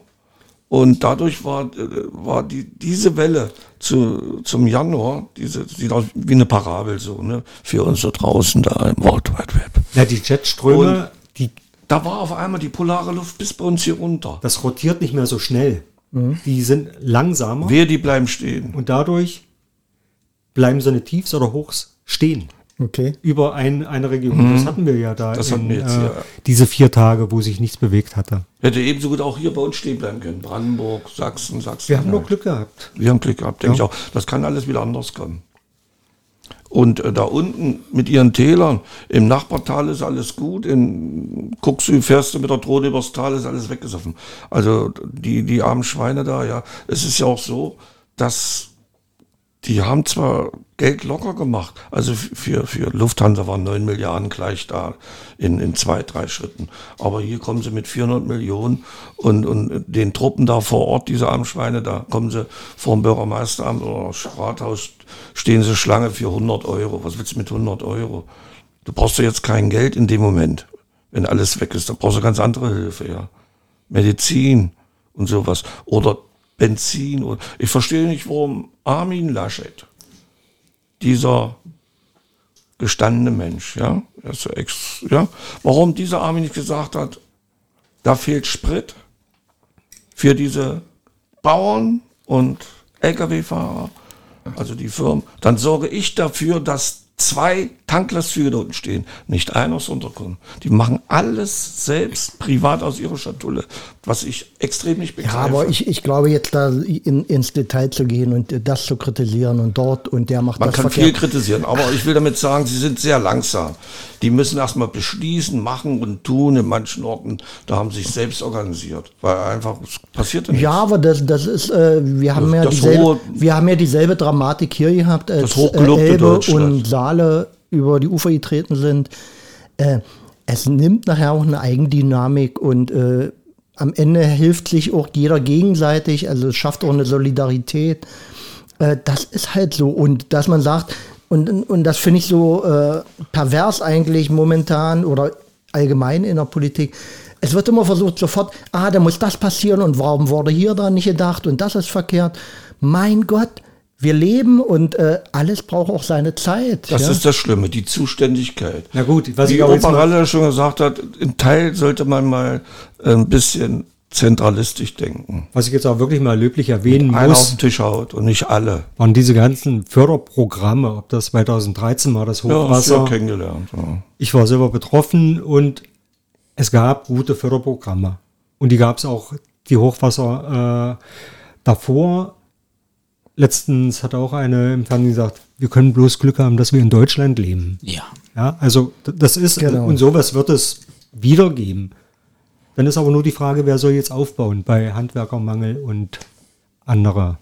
A: und dadurch war äh, war die diese Welle zu zum Januar, diese sieht aus wie eine Parabel so ne für uns so draußen da im World Wide Web.
C: Ja, die Jetströme, die,
A: Da war auf einmal die polare Luft bis bei uns hier runter.
C: das rotiert nicht mehr so schnell.
A: Mhm.
C: Die sind langsamer
A: Wehe, die bleiben stehen.
C: und dadurch bleiben sie nicht tiefs oder hochs stehen.
B: okay.
C: Über ein, eine Region. Das hatten wir ja da.
A: Mhm.
C: äh,
A: Das hatten wir jetzt, ja.
C: Diese vier Tage, wo sich nichts bewegt hatte.
A: Hätte ebenso gut auch hier bei uns stehen bleiben können. Brandenburg, Sachsen, Sachsen.
C: Wir haben nur Glück gehabt.
A: Wir haben Glück gehabt, denke ich auch. Das kann alles wieder anders kommen. Und äh, da unten mit ihren Tälern, im Nachbartal ist alles gut, in Kuxu fährst du mit der Drohne übers Tal, ist alles weggesoffen. Also die, die armen Schweine da, ja. Es ist ja auch so, dass die haben zwar Geld locker gemacht, also f- für, für Lufthansa waren 9 Milliarden gleich da in, in zwei, drei Schritten. Aber hier kommen sie mit 400 Millionen und, und den Truppen da vor Ort, diese armen Schweine, da kommen sie vom Bürgermeisteramt oder Rathaus, stehen sie Schlange für 100 Euro. Was willst du mit 100 Euro? Du brauchst ja jetzt kein Geld in dem Moment, wenn alles weg ist. Da brauchst du ganz andere Hilfe, ja. Medizin und sowas. Oder Benzin. Oder ich verstehe nicht, warum Armin Laschet, dieser gestandene Mensch, ja, er ist ja ex, ja, warum dieser Armin nicht gesagt hat, da fehlt Sprit für diese Bauern und Lkw-Fahrer, also die Firmen, dann sorge ich dafür, dass zwei Tankless-Züge da unten stehen, nicht einer aus Unterkommen. Die machen alles selbst privat aus ihrer Schatulle, was ich extrem nicht
B: Ja,
A: begreife.
B: aber ich, ich glaube, jetzt da in, ins Detail zu gehen und äh, das zu kritisieren und dort und der macht
A: Man
B: das
A: kann viel
B: verkehrt.
A: kritisieren, aber ich will damit sagen, sie sind sehr langsam. Die müssen erstmal beschließen, machen und tun in manchen Orten. Da haben sie sich selbst organisiert, weil einfach es passiert nichts.
B: Ja, aber das, das ist, äh, wir, haben ja
A: Das
B: dieselbe,
A: hohe-
B: wir haben ja dieselbe Dramatik hier gehabt, als
A: hochgelobte
B: äh, Elbe
A: Deutschland.
B: und Saale über die Ufer getreten sind. Äh, es nimmt nachher auch eine Eigendynamik und äh, am Ende hilft sich auch jeder gegenseitig, also es schafft auch eine Solidarität. Äh, das ist halt so. Und dass man sagt, und, und das finde ich so äh, pervers eigentlich momentan oder allgemein in der Politik. Es wird immer versucht, sofort, ah, da muss das passieren und warum wurde hier dran nicht gedacht und das ist verkehrt. Mein Gott, wir leben und äh, alles braucht auch seine Zeit.
A: Das
B: ja?
A: ist das Schlimme, die Zuständigkeit.
C: Na gut, was
A: Wie
C: ich auch jetzt
A: Opa
C: mal,
A: Ralle schon gesagt hat, im Teil sollte man mal äh, ein bisschen zentralistisch denken.
C: was ich jetzt auch wirklich mal löblich erwähnen
A: Einer auf
C: muss,
A: den Tisch haut und nicht alle.
C: waren diese ganzen Förderprogramme, ob das 2013 war, das
A: Ja, hast du
C: Hochwasser.
A: ja kennengelernt. Ja.
C: Ich war selber betroffen und es gab gute Förderprogramme. Und die gab es auch die Hochwasser äh, davor. Letztens hat auch eine im Fernsehen gesagt, wir können bloß Glück haben, dass wir in Deutschland leben.
D: Ja.
C: Ja, also d- das ist,
B: Genau.
C: und sowas wird es wieder geben. Dann ist aber nur die Frage, wer soll jetzt aufbauen bei Handwerkermangel und anderer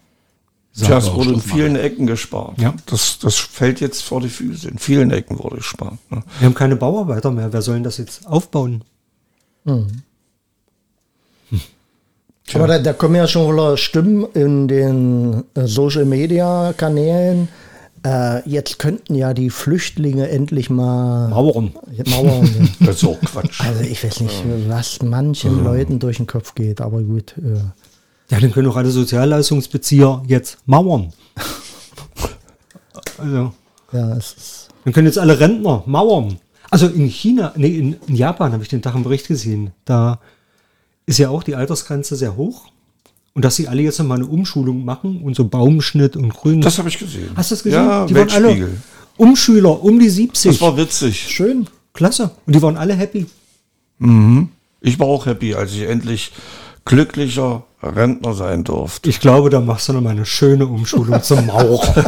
A: Tja, es
C: Sache.
A: wurde in vielen Ecken gespart.
C: Ja.
A: Das, das fällt jetzt vor die Füße. In vielen Ecken wurde gespart. Ne?
C: Wir haben keine Bauarbeiter mehr. Wer soll denn das jetzt aufbauen?
B: Aber da, da kommen ja schon wieder Stimmen in den äh, Social Media Kanälen. Äh, jetzt könnten ja die Flüchtlinge endlich mal
C: Mauern.
B: Mauern.
A: Das ist auch Quatsch.
B: Also ich weiß nicht, was manchen Leuten durch den Kopf geht, aber gut. Äh,
C: Ja, dann können doch alle Sozialleistungsbezieher jetzt mauern. Also,
B: ja, es ist,
C: dann können jetzt alle Rentner mauern. Also in China, nee, in, in Japan habe ich den Tag im Bericht gesehen. Da ist ja auch die Altersgrenze sehr hoch. Und dass sie alle jetzt nochmal eine Umschulung machen und so Baumschnitt und Grün.
A: Das habe ich gesehen.
C: Hast du das gesehen?
A: Ja,
C: die waren alle
A: Weltspiegel.
C: Umschüler, um die 70.
A: Das war witzig.
C: Schön, klasse. Und die waren alle happy.
A: Ich war auch happy, als ich endlich glücklicher Rentner sein durfte.
C: Ich glaube, da machst du nochmal eine schöne Umschulung zum Maurer.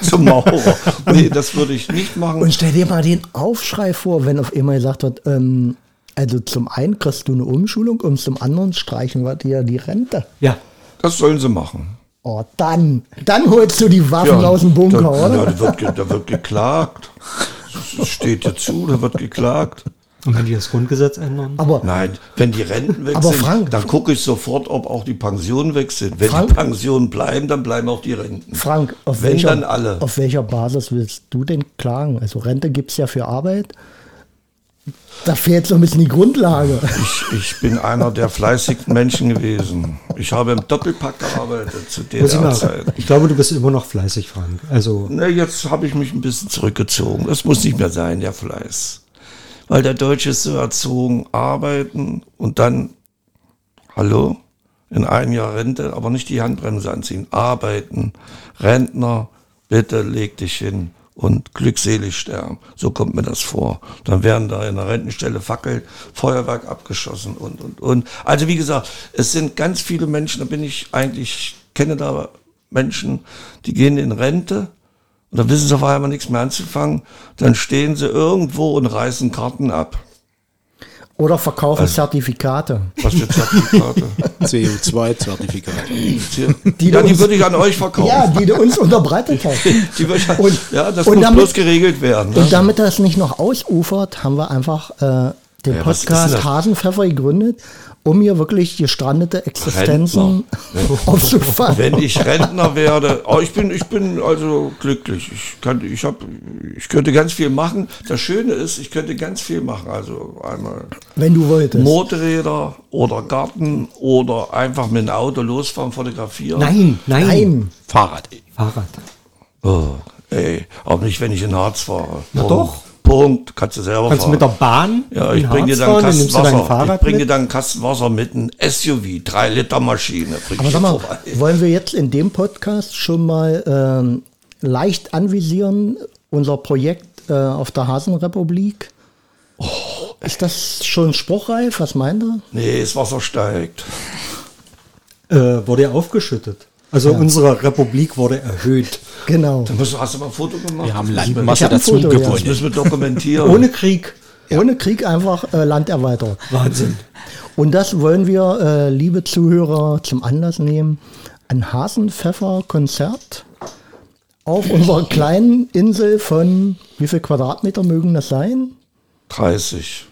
A: Zum Maurer. Nee, das würde ich nicht machen.
B: Und stell dir mal den Aufschrei vor, wenn auf einmal gesagt wird, ähm, also zum einen kriegst du eine Umschulung und zum anderen streichen wir dir die Rente.
C: ja.
A: Das sollen sie machen.
B: Oh, dann, dann holst du die Waffen aus dem Bunker,
A: da,
B: oder?
A: Ja, da, wird, ge- da wird geklagt. Das steht dir zu, da wird geklagt.
C: Und wenn die das Grundgesetz ändern?
B: Aber
A: Nein, wenn die Renten weg
B: Aber
A: sind,
B: Frank-
A: dann gucke ich sofort, ob auch die Pensionen weg sind. Wenn
B: Frank-
A: die Pensionen bleiben, dann bleiben auch die Renten.
B: Frank, auf,
A: Wenn
B: welcher,
A: dann alle.
B: auf welcher Basis willst du denn klagen? Also Rente gibt es ja für Arbeit. Da fehlt so ein bisschen die Grundlage.
A: Ich, ich bin einer der fleißigsten Menschen gewesen. Ich habe im Doppelpack gearbeitet zu
C: Muss ich,
A: der Zeit.
C: mal, ich glaube, du bist immer noch fleißig, Frank. Also,
A: Na, jetzt habe ich mich ein bisschen zurückgezogen. Das muss nicht mehr sein, der Fleiß. Weil der Deutsche ist so erzogen, arbeiten und dann, hallo, in einem Jahr Rente, aber nicht die Handbremse anziehen. Arbeiten, Rentner, bitte leg dich hin und glückselig sterben. So kommt mir das vor. Dann werden da in der Rentenstelle Fackel, Feuerwerk abgeschossen und, und, und. Also wie gesagt, es sind ganz viele Menschen, da bin ich eigentlich, kenne da Menschen, die gehen in Rente, und dann wissen sie auf einmal nichts mehr anzufangen. Dann stehen sie irgendwo und reißen Karten ab.
B: Oder verkaufen
A: Also
B: Zertifikate.
A: Was für Zertifikate?
E: CO2-Zertifikat.
A: die ja, die würde ich an euch verkaufen.
B: Ja, die du uns unterbreitet hast.
A: die würde ich,
B: Und-
A: ja, das
B: und
A: muss
B: damit-
A: bloß geregelt werden. Ne?
B: Und damit das nicht noch ausufert, haben wir einfach äh, den
A: Ja, was ist
B: Podcast
A: das?
B: Hasenpfeffer gegründet, um hier wirklich gestrandete Existenzen aufzufangen.
A: Wenn ich Rentner werde, oh, ich bin, ich bin also glücklich. Ich kann, ich hab, ich könnte ganz viel machen. Das Schöne ist, ich könnte ganz viel machen. Also einmal
B: Wenn du wolltest.
A: Motorräder oder Garten oder einfach mit dem Auto losfahren, fotografieren.
C: nein, nein,
B: Nein,
E: Fahrrad.
C: Fahrrad.
A: Oh, ey, aber nicht, wenn ich in Harz fahre.
C: Na
A: Punkt.
C: doch.
A: Punkt, kannst du selber
C: Kannst
A: fahren.
C: du mit der Bahn
A: ja, ich
C: in
A: bringe dir
C: Harz
A: dann einen
C: fahren,
A: Kasten
C: nimmst du dein
A: Wasser. Ich
C: Fahrrad
A: bringe dir
C: mit.
A: dann einen Kasten Wasser mit, ein SUV, 3 Liter Maschine. Bring
B: aber
A: ich
B: sag mal,
A: vorbei.
B: wollen wir jetzt in dem Podcast schon mal ähm, leicht anvisieren, unser Projekt äh, auf der Hasenrepublik?
A: Oh,
B: Ist das schon spruchreif? Was meint ihr?
A: Nee, das Wasser steigt.
C: Äh, wurde ja aufgeschüttet. Also unsere Republik wurde erhöht.
B: Genau.
A: Da musst, du- hast du mal ein Foto gemacht?
E: Wir haben
A: Das müssen
E: Landmasse
B: Ich hab ein
E: dazu
B: Foto, ja.
A: wir- Das
E: gewonnen.
A: müssen wir dokumentieren.
C: Ohne Krieg.
B: Ohne Krieg einfach äh, Land erweitert.
C: Wahnsinn.
B: Und das wollen wir, äh, liebe Zuhörer, zum Anlass nehmen. Ein Hasenpfeffer-Konzert auf unserer kleinen Insel von, wie viel Quadratmeter mögen das sein?
A: 30.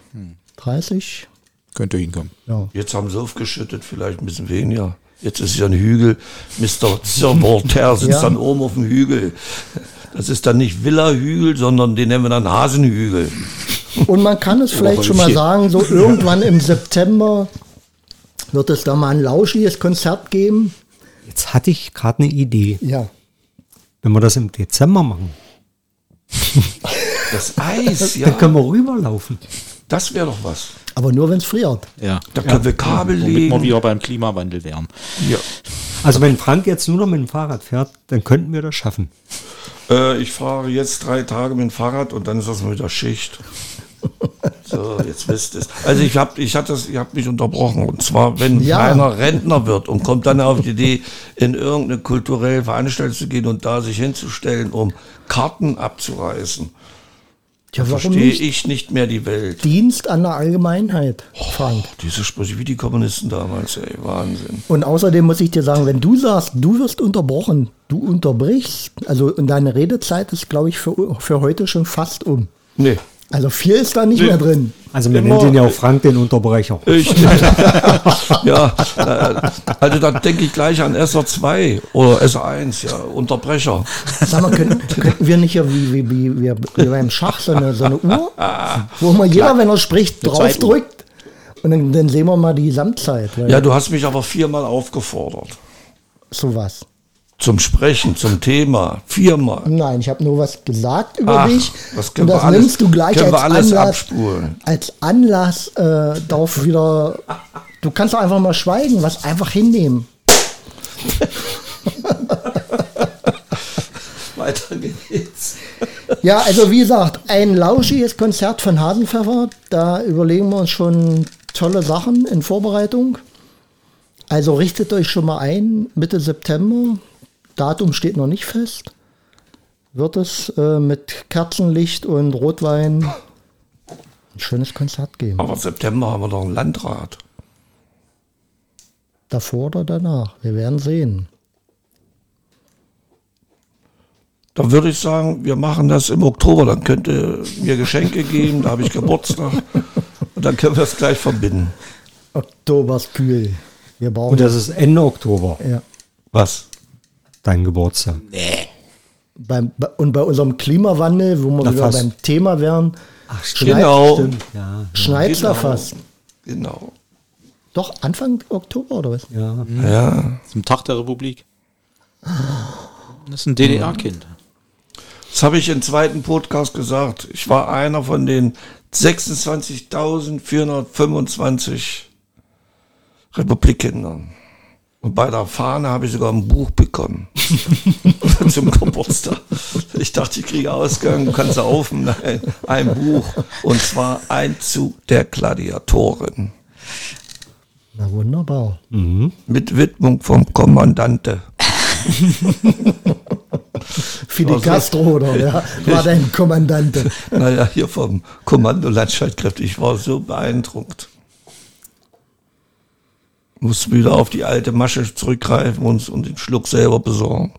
B: 30?
E: Könnt ihr hinkommen.
B: Ja.
A: Jetzt haben sie aufgeschüttet, vielleicht ein bisschen weniger. Jetzt ist ja ein Hügel. Mr. Sir Voltaire sitzt
B: Ja.
A: dann oben auf dem Hügel. Das ist dann nicht Villa-Hügel, sondern den nennen wir dann Hasenhügel.
B: Und man kann es vielleicht schon mal sagen, so irgendwann im September wird es da mal ein lauschiges Konzert geben.
C: Jetzt hatte ich gerade eine Idee.
B: Ja.
C: Wenn wir das im Dezember machen,
A: Das Eis, ja.
C: dann können wir rüberlaufen.
A: Das wäre doch was.
B: Aber nur, wenn es friert.
D: Ja.
A: Da können wir Kabel
D: Womit wir
A: legen.
D: wieder beim Klimawandel wären.
A: Ja.
C: Also wenn Frank jetzt nur noch mit dem Fahrrad fährt, dann könnten wir das schaffen.
A: Äh, ich fahre jetzt drei Tage mit dem Fahrrad und dann ist das mal wieder Schicht. So, jetzt wisst ihr es. Also ich hab, ich hatte das, ich hab mich unterbrochen. Und zwar, wenn
B: Ja.
A: einer Rentner wird und kommt dann auf die Idee, in irgendeine kulturelle Veranstaltung zu gehen und da sich hinzustellen, um Karten abzureißen,
B: Ja, warum
A: verstehe
B: nicht?
A: ich Oh. nicht mehr die Welt.
B: Dienst an der Allgemeinheit, Frank.
A: Diese Sprüche wie die Kommunisten damals, ey, Wahnsinn.
B: Und außerdem muss ich dir sagen, wenn du sagst, du wirst unterbrochen, du unterbrichst, also und deine Redezeit ist, glaube ich, für, für heute schon fast um.
A: Nee.
B: Also viel ist da nicht
A: Nee.
B: mehr drin.
C: Also wir
A: Immer-
C: nennen den ja auch Frank den Unterbrecher.
A: Ich, ja, äh, also da denke ich gleich an SR2 oder SR1, ja, Unterbrecher.
B: Sag mal, könnten, könnten wir nicht ja wie, wie, wie, wie, wie beim Schach so eine, so eine Uhr, wo mal jeder, wenn er spricht, drauf
E: Zeituhr.
B: drückt. Und dann, dann sehen wir mal die Gesamtzeit. Weil
A: Ja, du hast mich aber viermal aufgefordert.
B: sowas.
A: Zum Sprechen, zum Thema. Viermal.
B: Nein, ich habe nur was gesagt über
A: Ach,
B: dich.
A: das können
B: und das
A: wir alles-
B: nimmst du gleich
A: können
B: als
A: wir alles
B: Anlass,
A: abspulen.
B: als Anlass äh, darauf wieder. Du kannst doch einfach mal schweigen, was einfach hinnehmen. Ja, also wie gesagt, ein lauschiges Konzert von Hasenpfeffer. Da überlegen wir uns schon tolle Sachen in Vorbereitung. Also richtet euch schon mal ein, Mitte September. Datum steht noch nicht fest. Wird es äh, mit Kerzenlicht und Rotwein ein schönes Konzert geben.
A: Aber September haben wir noch einen Landrat.
B: Davor oder danach? Wir werden sehen.
A: Da würde ich sagen, wir machen das im Oktober. Dann könnt ihr mir Geschenke geben, da habe ich Geburtstag. Und dann können wir es gleich verbinden.
B: Oktoberskühl. Wir brauchen
C: Und das ist Ende Oktober,
B: ja.
A: Was?
C: dein Geburtstag.
B: beim, bei- und bei unserem Klimawandel, wo wir
C: Na,
B: wieder
C: fast.
B: beim Thema wären,
C: Ach,
B: Schneit-
A: Genau.
C: Stimmt, ja.
B: schneit's da
A: Genau.
B: fast.
A: Genau.
B: Doch, Anfang Oktober oder was?
C: ja.
A: Ja.
D: Zum Tag der Republik. Das ist ein DDR-Kind.
A: Das habe ich im zweiten Podcast gesagt. Ich war einer von den 26.425 Republikkindern. Und bei der Fahne habe ich sogar ein Buch bekommen. Zum Geburtstag. Ich dachte, ich kriege Ausgang, kannst du offen. Nein, ein Buch. Und zwar Einzug der Gladiatoren.
B: Na wunderbar.
A: Mit Widmung vom Kommandante.
B: Fidel
A: Also-
B: Castro oder ja, war dein Kommandante.
A: Naja, hier vom Kommando Landstreitkräfte. Ich war so beeindruckt. Musste wieder auf die alte Masche zurückgreifen und, und den Schluck selber besorgen.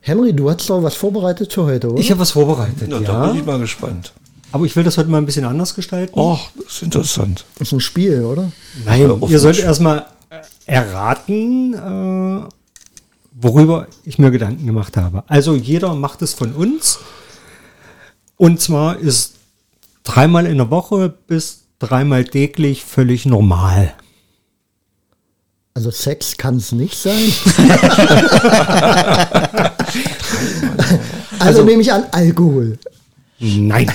B: Henry, du hast doch was vorbereitet für heute, oder?
C: Ich habe was vorbereitet,
A: Na, Da
C: ja.
A: bin ich mal gespannt.
C: Aber ich will das heute mal ein bisschen anders gestalten.
A: Oh, das ist interessant.
B: ist ein Spiel, oder?
C: Nein,
A: Äh,
C: ihr sollt
A: offen-
C: erstmal äh, erraten, äh, worüber ich mir Gedanken gemacht habe. Also jeder macht es von uns. Und zwar ist dreimal in der Woche bis dreimal täglich völlig normal.
B: Also Sex kann es nicht sein. also, nehme ich an, Alkohol.
C: Nein.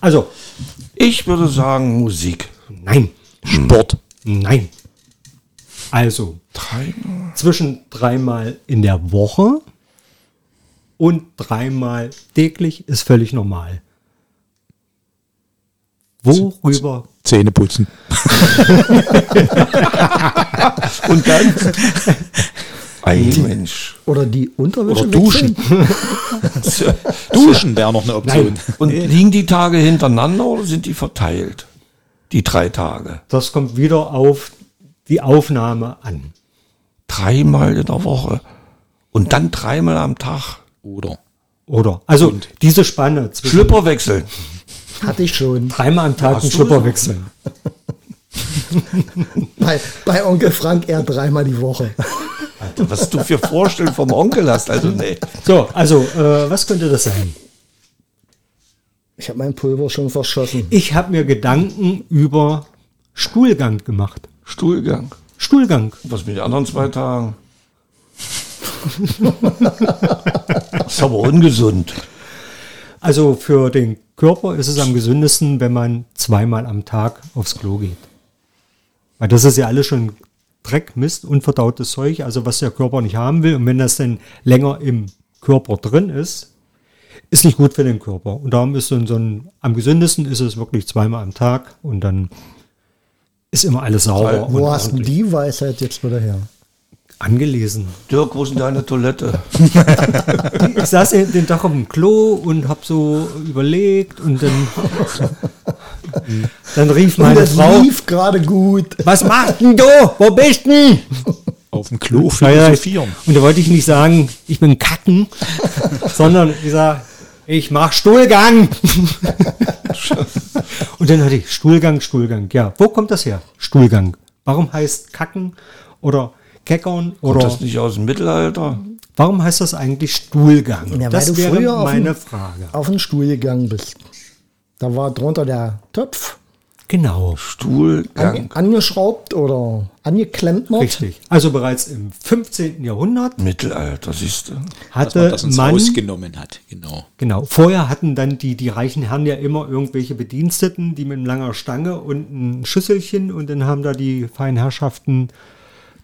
C: Also,
A: Ich würde sagen Musik.
C: nein,
D: Sport.
C: nein. Also,
A: Drei.
C: zwischen dreimal in der Woche und dreimal täglich ist völlig normal. Worüber
D: Zähne putzen.
A: Und dann? Ein Mensch.
B: Oder die Unterwäsche
D: Oder duschen.
B: wechseln.
D: Duschen wäre noch eine Option.
C: Nein.
A: Und liegen die Tage hintereinander oder sind die verteilt? Die drei Tage.
C: Das kommt wieder auf die Aufnahme an.
A: Dreimal in der Woche. Und dann dreimal am Tag.
D: Oder
C: Oder? Also diese Spanne zwischen
A: Schlüpper wechseln.
B: Hatte ich schon.
C: dreimal am Tag
A: Hast
C: einen
A: du
C: Schlüpper
A: gesagt?
C: wechseln.
B: Bei, bei Onkel Frank eher dreimal die Woche.
A: Was du für Vorstellungen vom Onkel hast, also nee.
C: So, also äh, was könnte das sein?
B: Ich habe mein Pulver schon verschossen.
C: Ich habe mir Gedanken über Stuhlgang gemacht.
A: Stuhlgang.
C: Stuhlgang.
A: Was mit den anderen zwei Tagen? das ist aber ungesund.
C: Also für den Körper ist es am gesündesten, wenn man zweimal am Tag aufs Klo geht. Weil das ist ja alles schon Dreck, Mist, unverdautes Zeug, also was der Körper nicht haben will. Und wenn das dann länger im Körper drin ist, ist nicht gut für den Körper. Und darum ist so ein, so ein am gesündesten ist es wirklich zweimal am Tag und dann ist immer alles sauber und
B: Wo hast du
C: ordentlich.
B: die Weisheit jetzt wieder her?
C: angelesen.
A: Dirk, wo ist denn deine Toilette?
C: Ich saß den den Tag auf dem Klo und hab so überlegt und dann, dann rief meine
B: das
C: Frau.
B: lief gerade gut.
C: Was machst denn du? Wo bist denn?
D: auf dem Klo
C: Philosophieren.
D: philosophieren.
C: Und da wollte ich nicht sagen, ich bin Kacken, sondern ich sage, ich mach Stuhlgang. und dann hatte ich Stuhlgang, Stuhlgang. Ja, wo kommt das her? Stuhlgang. Warum heißt Kacken oder Keckern
A: Kommt
C: oder
A: das nicht aus dem Mittelalter?
C: warum heißt das eigentlich Stuhlgang?
B: Ja, weil
C: das
B: du
C: wäre
B: früher auf
C: meine
B: dem-
C: Frage.
B: Auf den Stuhl gegangen bist. Da war drunter der Töpf
C: Genau.
A: Stuhlgang.
B: angeschraubt oder angeklemmt noch.
C: Richtig. Also bereits im 15. Jahrhundert
A: Mittelalter, siehst du?
D: Dass man
C: hatte
D: das ins
C: man,
D: Haus genommen hat. Genau.
C: genau, vorher hatten dann die, die reichen Herren ja immer irgendwelche Bediensteten, die mit einer langer Stange und ein Schüsselchen und dann haben da die feinen Herrschaften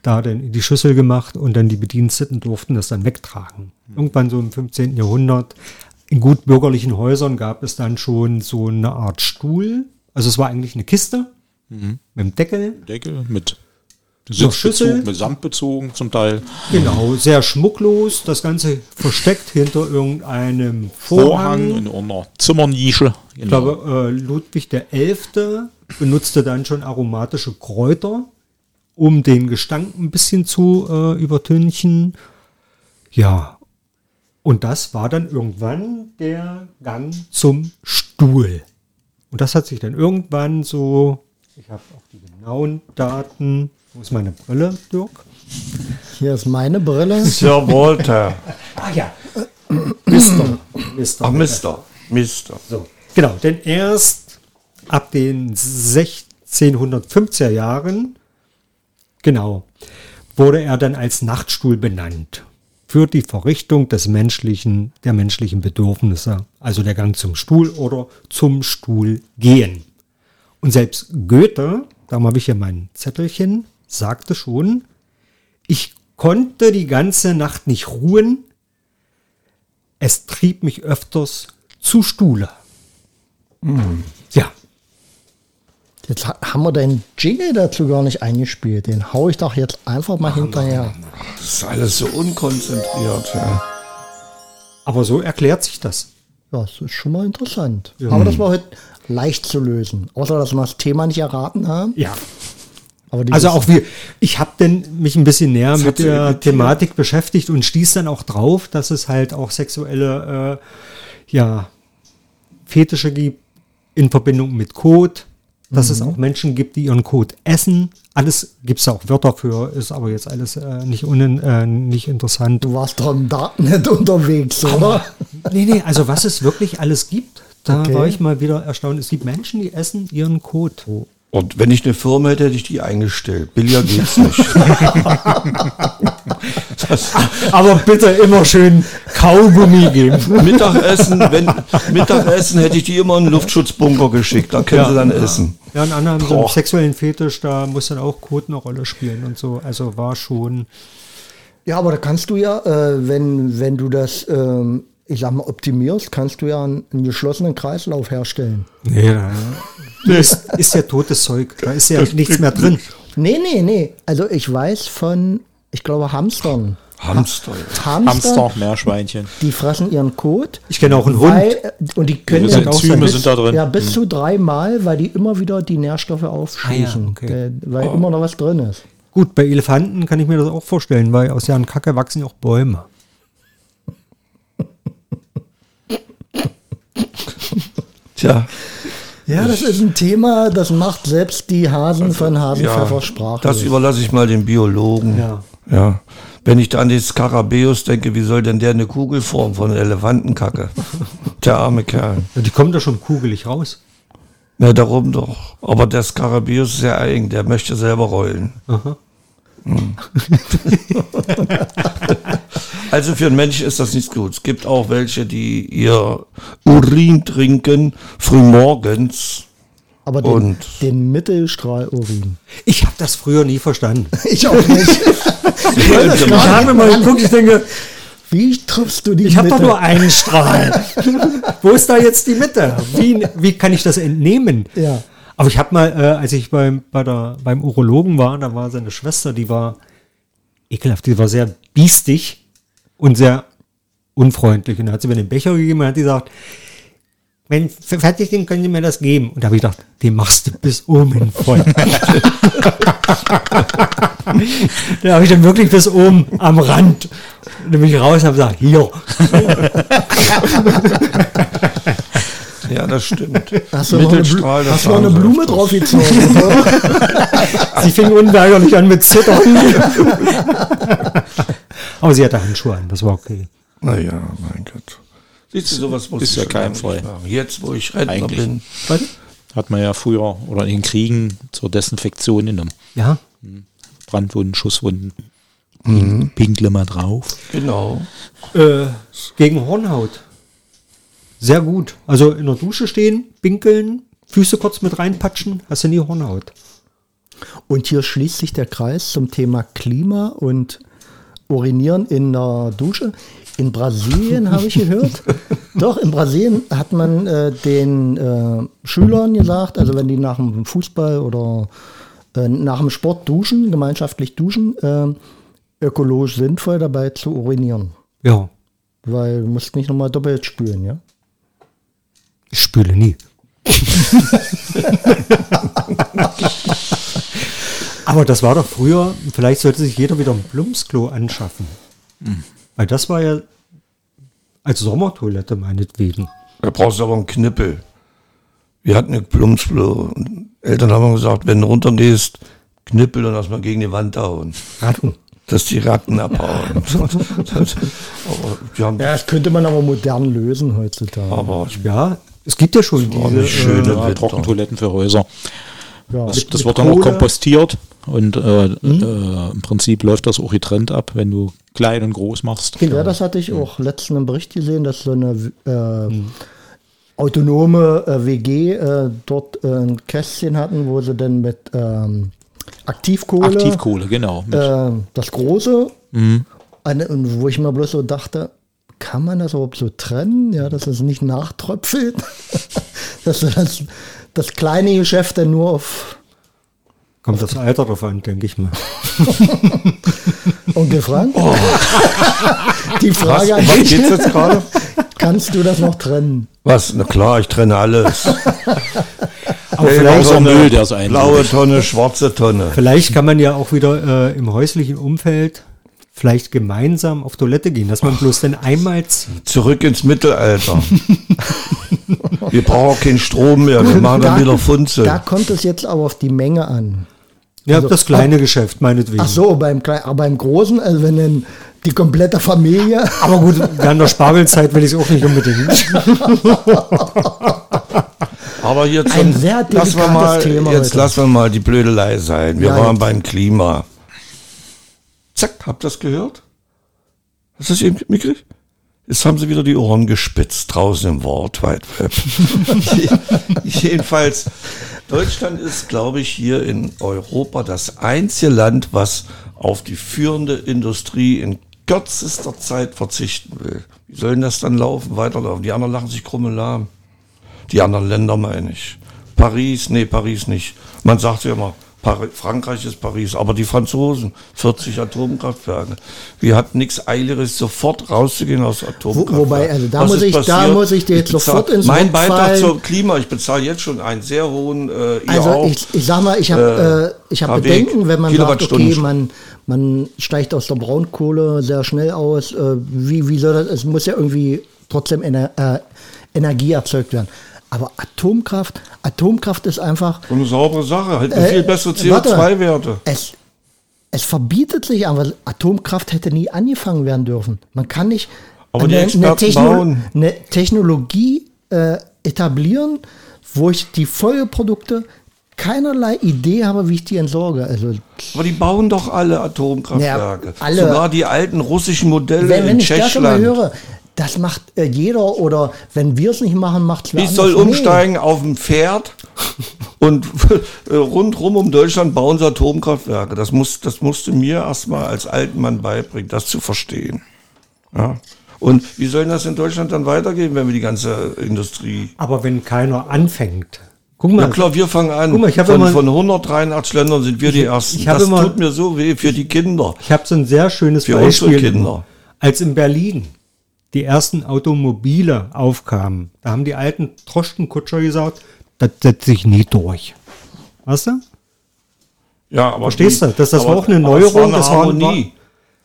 C: da dann in die Schüssel
D: Mhm.
C: gemacht und dann die Bediensteten durften das dann wegtragen. Irgendwann so im 15. Jahrhundert in gut bürgerlichen Häusern gab es dann schon so eine Art Stuhl. Also es war eigentlich eine Kiste mit einem Deckel.
D: Deckel mit
C: Schüssel.
D: Mhm. Sitzbezug, ne? mit Samt bezogen zum Teil.
C: Genau, sehr schmucklos. Das Ganze versteckt hinter irgendeinem Vorhang.
D: Vorhang genau. in einer Zimmernische.
C: Ich glaube, äh, Ludwig der Elfte benutzte dann schon aromatische Kräuter, um den Gestank ein bisschen zu äh, übertünchen. Ja, und das war dann irgendwann der Gang zum Stuhl. Und das hat sich dann irgendwann so, ich habe auch die genauen Daten. Wo ist meine Brille, Dirk?
B: Hier ist meine Brille.
A: Sir Walter.
C: Ah ja, Mister. Mister.
A: Ach, Mister. Mister.
C: So, genau, denn erst ab den 1650er Jahren, genau, wurde er dann als Nachtstuhl benannt für die Verrichtung des menschlichen, der menschlichen Bedürfnisse, also der Gang zum Stuhl oder zum Stuhl gehen. Und selbst Goethe, da habe ich hier mein Zettelchen, sagte schon, ich konnte die ganze Nacht nicht ruhen, es trieb mich öfters zu Stuhle. Hm. Ja,
B: Jetzt ha- haben wir den Jingle dazu gar nicht eingespielt. Den hau ich doch jetzt einfach mal hinterher.
A: Das ist alles so unkonzentriert. Ja.
C: aber so erklärt sich das.
B: Ja, das ist schon mal interessant. Aber
C: Hm.
B: das war heute leicht zu lösen. Außer, dass wir das Thema nicht erraten haben.
C: Ja,
B: Aber dieses-
C: also auch wir. Ich habe denn mich ein bisschen näher
A: hat
C: mit
A: sie
C: der
A: irritiert.
C: Thematik beschäftigt und stieß dann auch drauf, dass es halt auch sexuelle, äh, ja, Fetische gibt in Verbindung mit Kot, dass es auch Menschen gibt, die ihren Kot essen. Alles gibt es auch Wörter für, ist aber jetzt alles äh, nicht, unin, äh, nicht interessant.
B: du warst doch im Darknet unterwegs, oder?
C: Nee, nee, also was es wirklich alles gibt, da
B: Okay. Oh.
C: war ich mal wieder erstaunt. Es gibt Menschen, die essen ihren Kot.
A: Und wenn ich eine Firma hätte, hätte ich die eingestellt. Billiger geht's nicht. das,
C: Aber bitte immer schön Kaugummi geben.
A: Mittagessen, wenn, Mittagessen hätte ich die immer in den Luftschutzbunker geschickt. Da können sie dann essen.
C: Ja, und anderen so einen
A: Boah.
C: sexuellen Fetisch, da muss dann auch Kot eine Rolle spielen und so. Also war schon.
B: Ja, aber da kannst du ja, äh, wenn, wenn du das, ähm, ich sag mal, optimierst, kannst du ja einen, einen geschlossenen Kreislauf herstellen.
C: Nee, ist, ist ja totes Zeug. Da ist ja nichts mehr drin.
B: Nee, nee, nee. Also ich weiß von, ich glaube, Hamstern.
A: Hamster.
B: Hamster,
D: Hamster, Meerschweinchen.
B: die fressen ihren Kot.
C: Ich kenne auch einen
B: Weil,
C: Hund.
B: äh, und die können
D: Gewisse
B: dann auch
D: Enzyme
B: bis,
D: sind da drin.
B: Ja, bis zu dreimal, weil die immer wieder die Nährstoffe aufschließen,
C: Ah ja, okay.
B: äh, weil immer noch was drin ist.
C: Gut, bei Elefanten kann ich mir das auch vorstellen, weil aus deren Kacke wachsen ja auch Bäume.
A: Tja.
B: Ja, das ist ein Thema, das macht selbst die Hasen von Hasenpfeffer sprachlos.
A: Das überlasse ich mal dem Biologen.
C: Ja.
A: ja. Wenn ich da an den Skarabäus denke, wie soll denn der eine Kugelform von Elefantenkacke? Der arme Kerl.
C: Ja, Die kommen da schon kugelig raus.
A: Na, darum doch. Aber der Skarabäus ist ja eigen, der möchte selber rollen. Hm. also für einen Mensch ist das nichts gut. Es gibt auch welche, die ihr Urin trinken, frühmorgens.
B: Aber den,
A: Und-
B: den Mittelstrahlurin.
C: Ich habe das früher nie verstanden.
B: Ich auch nicht. ich wollte das
A: Ich
B: gerade
C: hab mal geguckt, Genau. ich denke,
B: Wie triffst du die
C: Ich habe doch
B: Mitte?
C: nur einen Strahl. Wo ist da jetzt die Mitte? Wie, wie kann ich das entnehmen?
B: Ja.
C: Aber ich habe mal, äh, als ich beim, bei der, beim Urologen war, da war seine Schwester, die war ekelhaft, die war sehr biestig und sehr unfreundlich. Und da hat sie mir den Becher gegeben und hat gesagt, wenn f- fertig sind, können Sie mir das geben. Und da habe ich gedacht, den machst du bis oben voll. da habe ich dann wirklich bis oben am Rand. Und dann bin ich raus und habe gesagt, hier,
A: Ja, das stimmt.
B: Hast du noch eine, Blu
A: Mittelstrahl, das
B: hast du noch eine
A: andere.
B: Blume draufgezogen? oder?
C: Sie fing unweigerlich an mit Zittern. Aber sie hatte Handschuhe an, das war okay.
A: Naja, mein Gott. Siehst du, sowas muss
D: Ist ja
A: schon
D: kein
A: lange nicht
D: Fall.
A: machen. Jetzt, wo ich Rentner
D: Eigentlich.
A: bin.
D: Hat man ja früher oder in den Kriegen zur Desinfektion genommen.
C: Ja.
D: Brandwunden, Schusswunden.
A: Mhm.
D: Pinkle mal drauf.
A: Genau.
C: Äh, gegen Hornhaut. Sehr gut. Also in der Dusche stehen, pinkeln, Füße kurz mit reinpatschen, hast du nie Hornhaut.
B: Und hier schließt sich der Kreis zum Thema Klima und Urinieren in der Dusche. In Brasilien habe ich gehört, Doch, in Brasilien hat man äh, den äh, Schülern gesagt, also wenn die nach dem Fußball oder äh, nach dem Sport duschen, gemeinschaftlich duschen, äh, ökologisch sinnvoll dabei zu urinieren.
C: Ja,
B: Weil du musst nicht nochmal doppelt spülen, ja?
C: ich spüle nie. Aber das war doch früher, vielleicht sollte sich jeder wieder ein Plumpsklo anschaffen. Weil das war ja als Sommertoilette meinetwegen.
A: Da brauchst du aber einen Knippel. Wir hatten eine Plumpsklo. Und Eltern haben gesagt, wenn du runtergehst, Knippel und erstmal gegen die Wand hauen.
C: Ratten.
A: Dass die Ratten abhauen. aber, die haben,
B: Ja, das könnte man aber modern lösen heutzutage.
A: aber
C: Ja, es gibt ja schon
A: war
C: diese.
A: nicht schön.
C: Äh,
A: Schöne
D: Ja,
A: Winter.
D: Trockentoiletten für Häuser.
B: ja.
D: Das, das
C: mit
D: wird dann auch
C: Kohle.
D: kompostiert und äh,
A: Mhm.
D: äh, im Prinzip läuft das auch getrennt ab, wenn du klein und groß machst.
B: Ja, das hatte ich auch letzten im Bericht gesehen, dass so eine äh, autonome äh, WG äh, dort äh, ein Kästchen hatten, wo sie dann mit ähm, Aktivkohle,
D: Aktivkohle, genau. Mit,
B: äh, das Große, eine, und wo ich mir bloß so dachte, kann man das überhaupt so trennen? Ja, dass es nicht nachtröpfelt, dass du das, das kleine Geschäft dann nur auf
C: kommt das Alter drauf an, denke ich mal.
B: Onkel Frank? Die Frage an
C: Was
B: dich,
C: geht's jetzt gerade?
B: kannst du das noch trennen?
A: was? Na klar, ich trenne alles.
C: Aber
A: Gelbe
C: vielleicht,
D: außer
A: Tonne,
D: Müll, der ist ein-
A: Blaue Tonne, schwarze Tonne.
C: vielleicht kann man ja auch wieder äh, im häuslichen Umfeld vielleicht gemeinsam auf Toilette gehen, dass man bloß dann einmal zieht.
A: Zurück ins Mittelalter. wir brauchen keinen Strom mehr. Wir machen dann wieder
B: Da
A: Funzel.
B: kommt es jetzt aber auf die Menge an.
C: Ja, das kleine Geschäft, meinetwegen.
B: Ach so, beim Kleinen, aber beim Großen, also wenn dann die komplette Familie.
C: Aber gut, während der Spargelzeit will ich es auch nicht unbedingt.
A: Aber jetzt
B: Ein sehr
A: lassen wir
B: delikates
A: mal,
B: Thema
A: jetzt
B: heute.
A: lassen wir mal die Blödelei sein. Wir
B: Ja,
A: waren
B: jetzt.
A: beim Klima. Zack, habt ihr das gehört? Hast du das eben mitgekriegt? Jetzt haben sie wieder die Ohren gespitzt draußen im World Wide Web. Jedenfalls, Deutschland ist, glaube ich, hier in Europa das einzige Land, was auf die führende Industrie in kürzester Zeit verzichten will. Wie soll denn das dann laufen, weiterlaufen? Die anderen lachen sich krumm und lahm. Die anderen Länder meine ich. Paris, nee, Paris nicht. Man sagt ja immer, Pari- Frankreich ist Paris, aber die Franzosen, 40 Atomkraftwerke. Wir hatten nichts Eiliges, sofort rauszugehen aus Atomkraftwerken.
B: wobei, also da muss
A: ist
B: ich- da muss ich dir jetzt
A: bezahl-
B: sofort ins
A: Mein
B: Wort
A: Beitrag
B: fallen.
A: zum Klima, ich bezahle jetzt schon einen sehr hohen, äh, ihr
B: Also
A: auch.
B: ich, ich sag mal, ich habe äh, ich hab
A: KW,
B: Bedenken, wenn man sagt, okay,
A: Kilowattstunden.
B: man, man steigt aus der Braunkohle sehr schnell aus. Äh, wie, wie soll das? Es muss ja irgendwie trotzdem ener, äh, Energie erzeugt werden. Aber Atomkraft, Atomkraft ist einfach,
A: Und eine saubere Sache, halt
B: Äh,
A: viel bessere
B: warte.
A: CO2-Werte.
B: es, es verbietet sich aber, Atomkraft hätte nie angefangen werden dürfen. Man kann nicht
A: Aber die Experten bauen.
B: eine Technologie äh, etablieren, wo ich die Folgeprodukte keinerlei Idee habe, wie ich die entsorge. Also
A: Aber die bauen doch alle Atomkraftwerke.
B: Ja, alle.
A: Sogar die alten russischen Modelle
B: wenn, wenn
A: in
B: ich das schon mal
A: Tschechland.
B: höre, das macht äh, jeder oder wenn wir es nicht machen, macht es
A: Ich soll umsteigen auf ein Pferd und äh, rundrum um Deutschland bauen sie Atomkraftwerke. Das, muss, das musste mir erstmal als alten Mann beibringen, das zu verstehen. Ja. Und wie soll denn das in Deutschland dann weitergehen, wenn wir die ganze Industrie.
C: Aber wenn keiner anfängt. Guck mal,
A: Na klar, wir fangen an.
C: Guck mal, ich hab
A: von,
C: immer-
A: von 183 Ländern sind wir die Ersten.
C: ich hab
A: das
C: immer-
A: tut mir so weh für die Kinder.
C: ich habe so ein sehr schönes
A: Für unsere
C: Beispiel.
A: Kinder.
C: Als in Berlin die ersten Automobile aufkamen, da haben die alten Troschenkutscher gesagt, das setzt sich nie durch. Weißt du?
A: Ja, aber
C: Verstehst
A: die-
C: du? Das- das war auch eine
A: aber es war
C: Neuerung,
A: eine
C: das war-
A: Harmonie.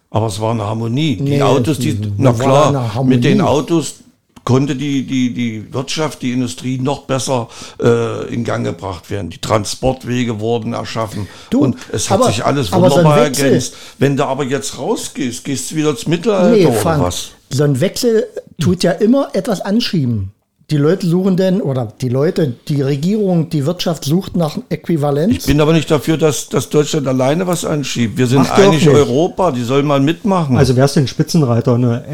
A: aber es war eine Harmonie. Die
B: Nee,
A: Autos, die,
B: das
A: na
B: war eine
A: klar,
B: Harmonie.
A: mit den Autos konnte die, die, die Wirtschaft, die Industrie noch besser äh, in Gang gebracht werden. Die Transportwege wurden erschaffen
B: Du,
A: und es hat
B: aber-
A: sich alles
B: aber so ein
A: wunderbar
B: Wechsel-
A: ergänzt. Wenn du aber jetzt rausgehst, gehst du wieder ins Mittelalter
B: Nee,
A: Äh, oder
B: Frank,
A: was?
B: so ein Wechsel tut ja immer etwas anschieben. Die Leute suchen denn, oder die Leute, die Regierung, die Wirtschaft sucht nach
A: Ich
B: Äquivalenz.
A: bin aber nicht dafür, dass, dass Deutschland alleine was anschiebt. Wir sind
C: Macht ihr auch
A: eigentlich
C: nicht.
A: Europa, die sollen mal mitmachen.
C: Also wärst du ein Spitzenreiter in der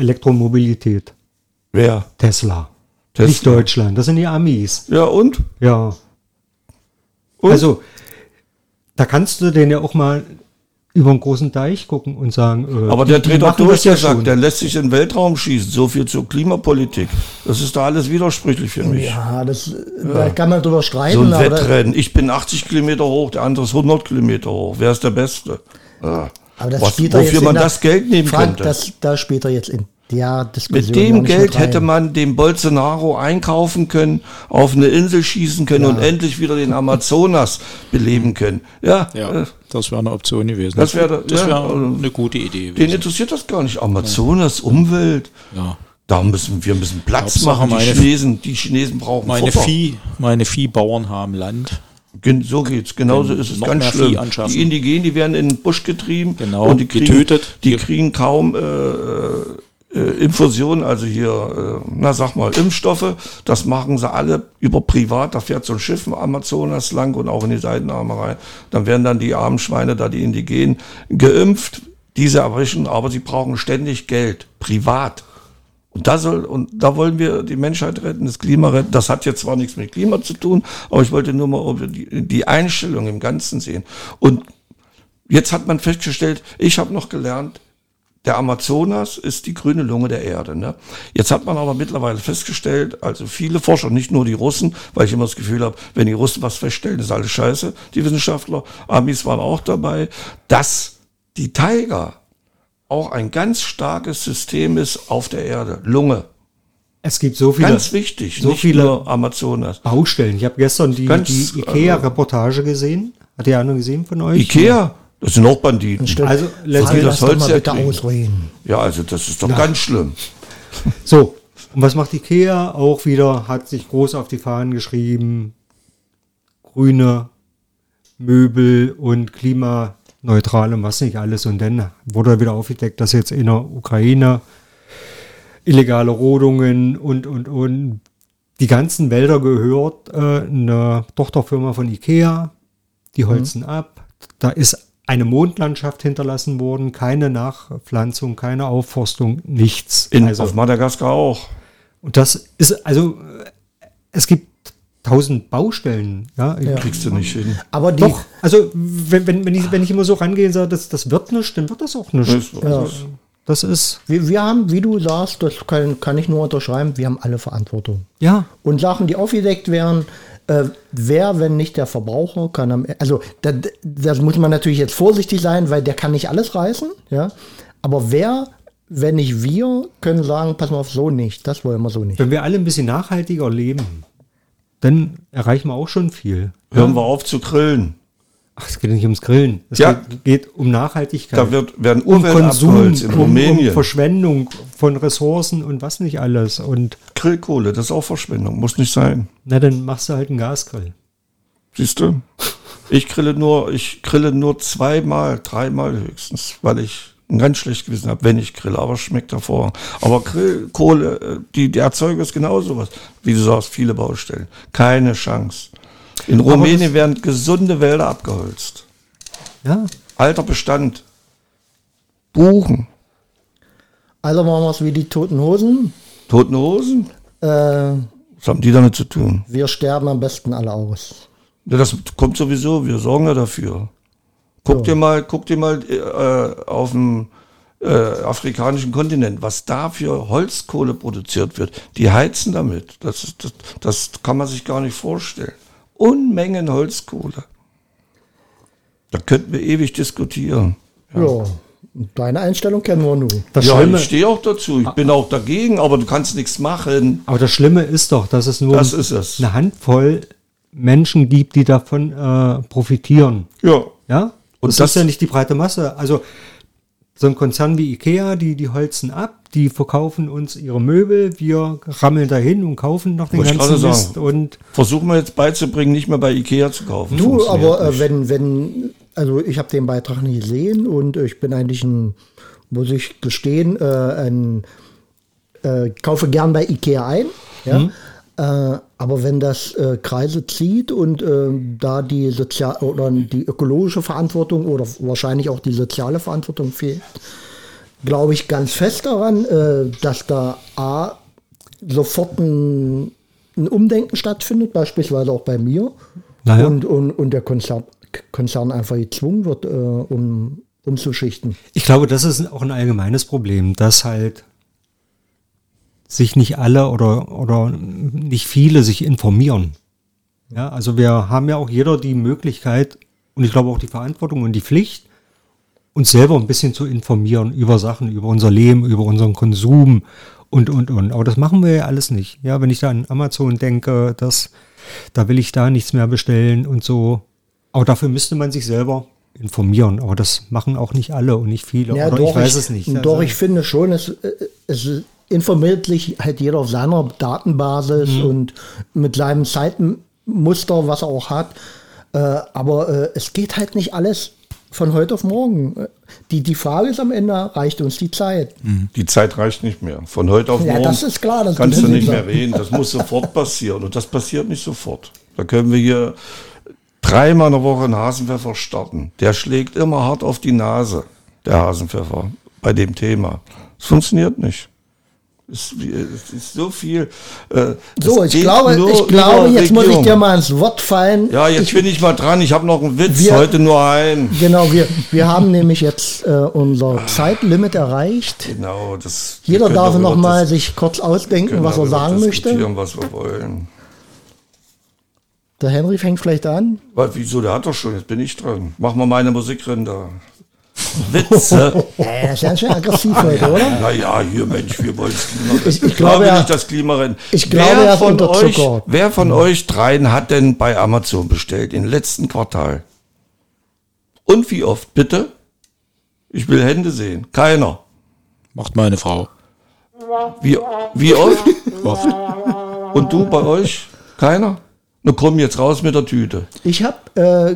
C: Elektromobilität?
A: Wer?
C: Tesla.
A: Tesla.
C: Nicht Deutschland, das sind die Amis.
A: Ja und?
C: Ja.
A: und?
C: Also, da kannst du den ja auch mal über einen großen Deich gucken und sagen, äh,
A: Aber
C: die-
A: der
C: die
A: dreht auch
C: machen
A: durch,
C: das ja
A: der sagt,
C: schon.
A: der lässt sich in den Weltraum schießen. So viel zur Klimapolitik. Das ist da alles widersprüchlich für mich.
B: Ja, genau, das, äh, da kann man drüber streiten.
A: So ein
B: aber da-
A: Wettrennen. Ich bin 80 Kilometer hoch, der andere ist 100 Kilometer hoch. Wer ist der Beste? Ja.
B: Aber das
A: Was,
B: spielt er
A: wofür
B: jetzt in
A: man
B: der-
A: das Geld nehmen
B: Frank,
A: könnte.
B: Das, da spielt er jetzt in der Diskussion.
A: mit
B: ja
A: dem
B: nicht
A: Geld
B: rein.
A: hätte man den Bolsonaro einkaufen können, auf eine Insel schießen können und endlich wieder den Amazonas beleben können. Ja,
E: Ja,
A: äh,
E: das wäre eine Option gewesen.
A: Das wäre-
E: das
A: ja,
E: wäre
A: also-
E: eine gute Idee
A: den
E: gewesen.
A: interessiert das gar nicht. Amazonas, Umwelt.
E: Ja.
A: Da müssen wir müssen Platz
E: Hauptsache
A: machen. Die
E: meine-
A: Chinesen, die Chinesen brauchen
E: Meine,
A: Futter.
E: Vieh, meine Viehbauern haben Land.
A: Gen- So geht's, genauso ist es
E: noch
A: ganz
E: mehr Vieh
A: schlimm.
E: anschaffen.
A: Die Indigenen, die werden in den Busch getrieben
E: Genau,
A: und die kriegen,
E: getötet.
A: Die
E: Ge-
A: kriegen kaum äh, äh, Infusionen, also hier, äh, na sag mal, Impfstoffe. Das machen sie alle über privat. Da fährt so ein Schiff im Amazonas lang und auch in die Seidenarme rein. Dann werden dann die armen Schweine, da die Indigenen, geimpft. Diese erwischen, aber sie brauchen ständig Geld, privat. Und da soll, und da wollen wir die Menschheit retten, das Klima retten. Das hat jetzt zwar nichts mit Klima zu tun, aber ich wollte nur mal ob- die, die Einstellung im Ganzen sehen. Und jetzt hat man festgestellt, ich habe noch gelernt, der Amazonas ist die grüne Lunge der Erde. Ne? Jetzt hat man aber mittlerweile festgestellt, also viele Forscher, nicht nur die Russen, weil ich immer das Gefühl habe, wenn die Russen was feststellen, ist alles scheiße, die Wissenschaftler, Amis waren auch dabei, dass die Tiger auch ein ganz starkes System ist auf der Erde. Lunge.
C: es gibt so viele
A: Ganz wichtig.
C: so
A: nicht
C: viele-
A: nur Amazonas.
C: Baustellen. Ich habe gestern die,
A: Ganz, äh,
C: die IKEA-Reportage gesehen. Hat der eine gesehen von euch?
A: Ikea, das sind auch Banditen.
B: Stimmt.
C: Also, lass
B: Frank,
A: mir das
B: lass doch
A: Holz
B: mal bitte
A: herkriegen.
B: ausreden.
A: Ja, also das ist doch ganz schlimm.
C: So, und was macht IKEA? Auch wieder hat sich groß auf die Fahnen geschrieben, grüne Möbel und klimaneutral und was nicht alles. Und dann wurde wieder aufgedeckt, dass jetzt in der Ukraine illegale Rodungen und, und, und die ganzen Wälder gehört äh, eine Tochterfirma von IKEA, die holzen ab. Da ist eine Mondlandschaft hinterlassen worden, keine Nachpflanzung, keine Aufforstung, nichts. Also
A: In, auf Madagaskar auch.
C: Und das ist, also, äh, es gibt tausend Baustellen. Ja, Ich-
A: Kriegst du nicht hin.
B: Aber die,
C: Doch, also, wenn, wenn, wenn, ich, wenn ich immer so rangehe und sage, das, das wird nichts, dann wird das auch nichts.
A: Ja.
C: Das ist,
B: wir, wir haben, wie du sagst, das kann, kann ich nur unterschreiben, wir haben alle Verantwortung.
C: ja.
B: Und Sachen, die aufgedeckt werden, äh, wer, wenn nicht der Verbraucher, kann am Also, das, das muss man natürlich jetzt vorsichtig sein, weil der kann nicht alles reißen. Ja? Aber wer, wenn nicht wir, können sagen, pass mal auf, so nicht. Das wollen wir so nicht.
C: Wenn wir alle ein bisschen nachhaltiger leben, dann erreichen wir auch schon viel.
A: Hören wir auf zu grillen.
C: Ach, es geht nicht ums Grillen. Es
A: Ja.
C: geht, geht um Nachhaltigkeit.
A: Da wird, werden
C: um Konsum,
A: Umweltabholz in
C: um, um
A: Rumänien.
C: Verschwendung von Ressourcen und was nicht alles. Und
A: Grillkohle, das ist auch Verschwendung. Muss nicht sein.
C: na, dann machst du halt einen Gasgrill.
A: Siehst du? Ich grille nur, ich grille nur zweimal, dreimal höchstens, weil ich ein ganz schlecht gewissen habe, wenn ich grille, aber es schmeckt hervorragend. Aber Grillkohle, äh, die, die Erzeuger ist genau sowas. Wie du sagst, viele Baustellen. Keine Chance. In Rumänien werden gesunde Wälder abgeholzt.
C: Ja,
A: Alter Bestand. Buchen.
B: Also machen wir es wie die toten Hosen.
A: Toten Hosen.
B: Äh,
A: Was haben die damit zu tun?
B: wir sterben am besten alle aus.
A: Ja, das kommt sowieso, wir sorgen ja dafür. Guck dir mal, guck dir mal äh, auf dem äh, afrikanischen Kontinent, was da für Holzkohle produziert wird. Die heizen damit. Das, ist, das, das kann man sich gar nicht vorstellen. Unmengen Holzkohle. Da könnten wir ewig diskutieren.
B: Ja. Deine Einstellung kennen wir nun.
C: das
A: ja,
C: Schlimme,
A: ich stehe auch dazu. Ich bin auch dagegen, aber du kannst nichts machen.
C: aber das Schlimme ist doch, dass es nur
A: Das ist es.
C: eine Handvoll Menschen gibt, die davon äh, profitieren.
A: Ja.
C: Ja?
A: Und
C: Und das,
A: das-
C: ist ja nicht die breite Masse. Also so ein Konzern wie Ikea, die, die holzen ab, die verkaufen uns ihre Möbel, wir rammeln dahin und kaufen noch den
A: Wollte ich
C: ganzen
A: gerade
C: Mist.
A: sagen.
C: Und
A: Versuchen wir jetzt beizubringen, nicht mehr bei Ikea zu kaufen.
B: Du,
A: Funktioniert
B: aber äh,
A: nicht.
B: wenn, wenn, also ich habe den Beitrag nicht gesehen und äh, ich bin eigentlich ein, muss ich gestehen, äh, ein, äh, kaufe gern bei Ikea ein. Ja?
A: Mhm.
B: Äh, aber wenn das äh, Kreise zieht und äh, da die sozial oder die ökologische Verantwortung oder wahrscheinlich auch die soziale Verantwortung fehlt, glaube ich ganz fest daran, äh, dass da A sofort ein, ein Umdenken stattfindet, beispielsweise auch bei mir.
C: Naja.
B: Und, und, und der Konzern, Konzern einfach gezwungen wird, äh, um, umzuschichten.
C: Ich glaube, das ist auch ein allgemeines Problem, dass halt sich nicht alle oder, oder nicht viele sich informieren. Ja, also wir haben ja auch jeder die Möglichkeit und ich glaube auch die Verantwortung und die Pflicht, uns selber ein bisschen zu informieren über Sachen, über unser Leben, über unseren Konsum und, und, und. Aber das machen wir ja alles nicht. Ja, wenn ich da an Amazon denke, dass da will ich da nichts mehr bestellen und so. Auch dafür müsste man sich selber informieren. Aber das machen auch nicht alle und nicht viele.
B: Ja,
C: oder
B: doch,
C: ich weiß es nicht.
B: Doch,
C: Also-
B: ich finde schon, es, äh, es informiert sich halt jeder auf seiner Datenbasis
A: Mhm.
B: und mit seinem Zeitmuster, was er auch hat. Äh, aber äh, es geht halt nicht alles von heute auf morgen. Äh, Die, die Frage ist am Ende, reicht uns die Zeit?
A: Die Zeit reicht nicht mehr. Von heute auf
B: Ja,
A: morgen
B: das ist klar, das
A: kannst du
B: wissen
A: nicht
B: wir.
A: mehr reden. Das muss sofort passieren. Und das passiert nicht sofort. Da können wir hier dreimal in der Woche einen Hasenpfeffer starten. Der schlägt immer hart auf die Nase, der Hasenpfeffer, bei dem Thema. Es funktioniert nicht. Es, es ist so viel. äh,
B: So,
A: es
B: ich
A: geht
B: glaube,
A: nur
B: ich glaube,
A: über
B: jetzt muss ich
A: Regierung.
B: dir mal ins Wort fallen.
A: Ja, jetzt bin ich mal dran. Ich habe noch einen Witz.
B: Wir-
A: heute nur einen.
B: Genau, wir, wir haben nämlich jetzt äh, unser Zeitlimit erreicht.
A: Genau, das. wir
B: Jeder
A: können
B: darf
A: doch über
B: nochmal
A: das-
B: sich kurz ausdenken,
A: können
B: was er
A: darüber
B: sagen möchte.
A: diskutieren, Was wir wollen.
B: Der Henry fängt vielleicht an.
A: Was, wieso, der hat doch schon, jetzt bin ich dran. Mach mal meine Musikränder. Witze.
B: Äh, das ist ganz schön aggressiv heute, oder?
A: naja, hier Mensch, wir wollen das Klima
B: Ich- ich glaube, er-
A: nicht das Klima retten.
B: ich glaube, er ist
A: euch,
B: unterzuckert.
A: wer von euch dreien hat denn bei Amazon bestellt im letzten Quartal? Und wie oft, bitte? Ich will Hände sehen. Keiner.
E: Macht meine Frau.
A: Wie, wie oft?
E: Oft.
A: Und du bei euch? Keiner? Na komm jetzt raus mit der Tüte.
B: Ich habe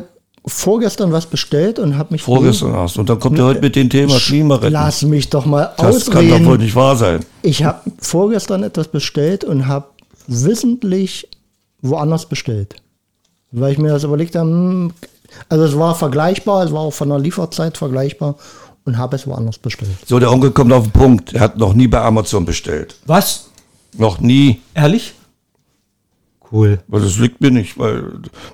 B: äh, vorgestern was bestellt und habe mich.
A: Vorgestern erst. Und dann kommt ihr heute mit dem Thema Klima retten.
B: Lass mich doch mal
A: Das kann doch wohl
B: ausreden.
A: nicht wahr sein.
B: Ich habe vorgestern etwas bestellt und habe wissentlich woanders bestellt. Weil ich mir das überlegt habe, hm, also es war vergleichbar, es war auch von der Lieferzeit vergleichbar und habe es woanders bestellt.
A: So, der Onkel kommt auf den Punkt. Er hat noch nie bei Amazon bestellt.
C: Was?
A: Noch nie.
C: Ehrlich? Cool.
A: Weil das liegt mir nicht, weil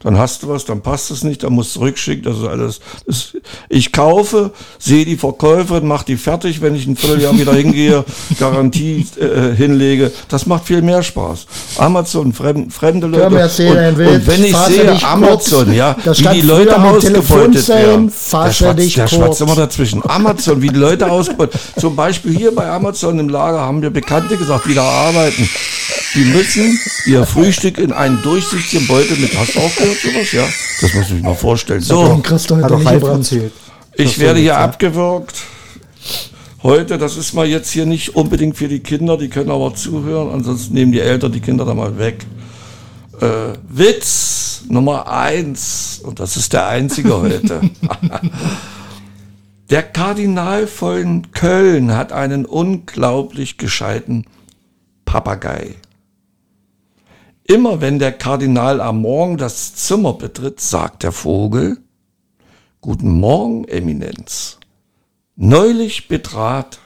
A: dann hast du was, dann passt es nicht, dann musst du zurückschicken, das ist alles. Das, ich kaufe, sehe die Verkäuferin, mache die fertig, wenn ich ein Vierteljahr wieder hingehe, Garantie äh, hinlege. Das macht viel mehr Spaß. Amazon, fremd, fremde Leute.
B: Können wir erzählen, ein
A: und,
B: Witz,
A: und wenn ich
B: fasse
A: sehe
B: dich
A: Amazon,
B: kurz.
A: ja,
B: Das
A: wie
B: stand
A: die
B: früher
A: Leute
B: am
A: ausgebeutet
B: Telefonzellen,
A: werden. Der
B: fasse
A: schwatzt,
B: dich
A: der schwatzt
B: kurz.
A: immer dazwischen. Amazon, wie die Leute ausgebeutet. Zum Beispiel hier bei Amazon im Lager haben wir Bekannte gesagt, die da arbeiten. Die müssen ihr Frühstück in einen durchsichtigen Beutel mit. Hast du auch gehört sowas? Ja, das muss ich mir mal vorstellen. Also, So,
B: Und Christo heute
C: Hat doch
B: nicht
C: Ralf
B: gebrannt.
C: erzählt.
A: ich werde hier abgewürgt. Heute, das ist mal jetzt hier nicht unbedingt für die Kinder, die können aber zuhören, ansonsten nehmen die Eltern die Kinder da mal weg. Äh, Witz Nummer eins, und das ist der einzige heute. der Kardinal von Köln hat einen unglaublich gescheiten Papagei. Immer wenn der Kardinal am Morgen das Zimmer betritt, sagt der Vogel, Guten Morgen, Eminenz. Neulich betrat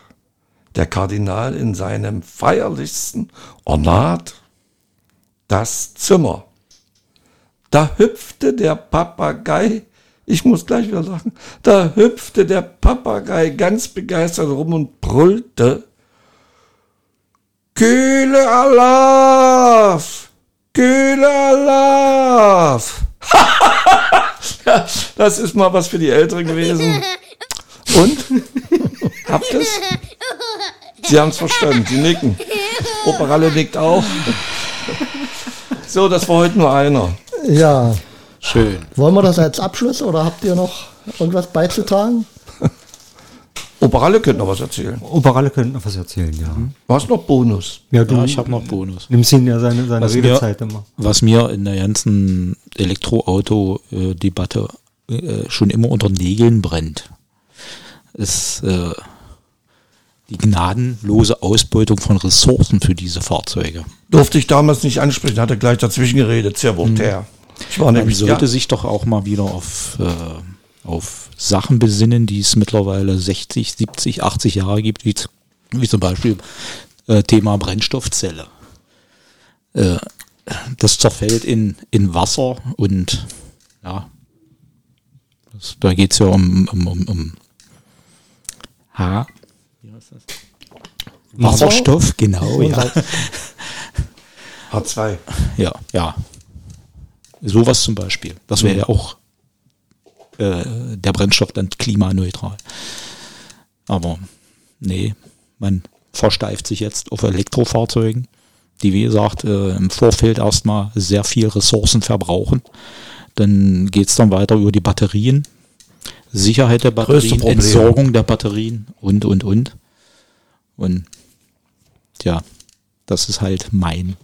A: der Kardinal in seinem feierlichsten Ornat das Zimmer. Da hüpfte der Papagei, ich muss gleich wieder lachen, da hüpfte der Papagei ganz begeistert rum und brüllte, Kühle Alaf! Kühle Alaf! Ja, das ist mal was für die Älteren gewesen. Und? Habt ihr's? Sie haben's verstanden, sie nicken. Operalle nickt auch. So, das war heute nur einer.
B: Ja,
E: Schön.
B: wollen wir das als Abschluss oder habt ihr noch irgendwas beizutragen?
A: Operalle könnte noch was erzählen.
C: Oberale könnten noch was erzählen, ja.
A: Du hast noch Bonus.
C: Ja, du
E: Ja, ich habe noch Bonus.
C: nimmst ihn ja seine, seine
A: Also
E: Was mir-
C: Redezeit immer.
E: Was mir in der ganzen Elektroauto-Debatte äh, schon immer unter Nägeln brennt, ist äh, die gnadenlose Ausbeutung von Ressourcen für diese Fahrzeuge.
A: Durfte ich damals nicht ansprechen, hat er gleich dazwischen geredet. Sehr wohl, der. Ich war
E: Man
A: nämlich
E: sollte
A: ja,
E: sich doch auch mal wieder auf, äh, auf Sachen besinnen, die es mittlerweile 60, 70, 80 Jahre gibt, wie, z- wie zum Beispiel äh, Thema Brennstoffzelle. Äh, das zerfällt in, in Wasser und ja, das, da geht es ja um, um, um, um
D: H. Wie heißt das? Wasserstoff, genau, ja.
A: H2.
D: ja, ja. Sowas zum Beispiel. Das
E: Mhm.
D: wäre ja auch äh, der Brennstoff dann klimaneutral. Aber nee, man versteift sich jetzt auf Elektrofahrzeugen, die wie gesagt äh, im Vorfeld erstmal sehr viel Ressourcen verbrauchen. Dann geht es dann weiter über die Batterien, Sicherheit der
A: Größte
D: Batterien,
A: Problem.
D: Entsorgung der Batterien und, und, und. Und ja, das ist halt mein,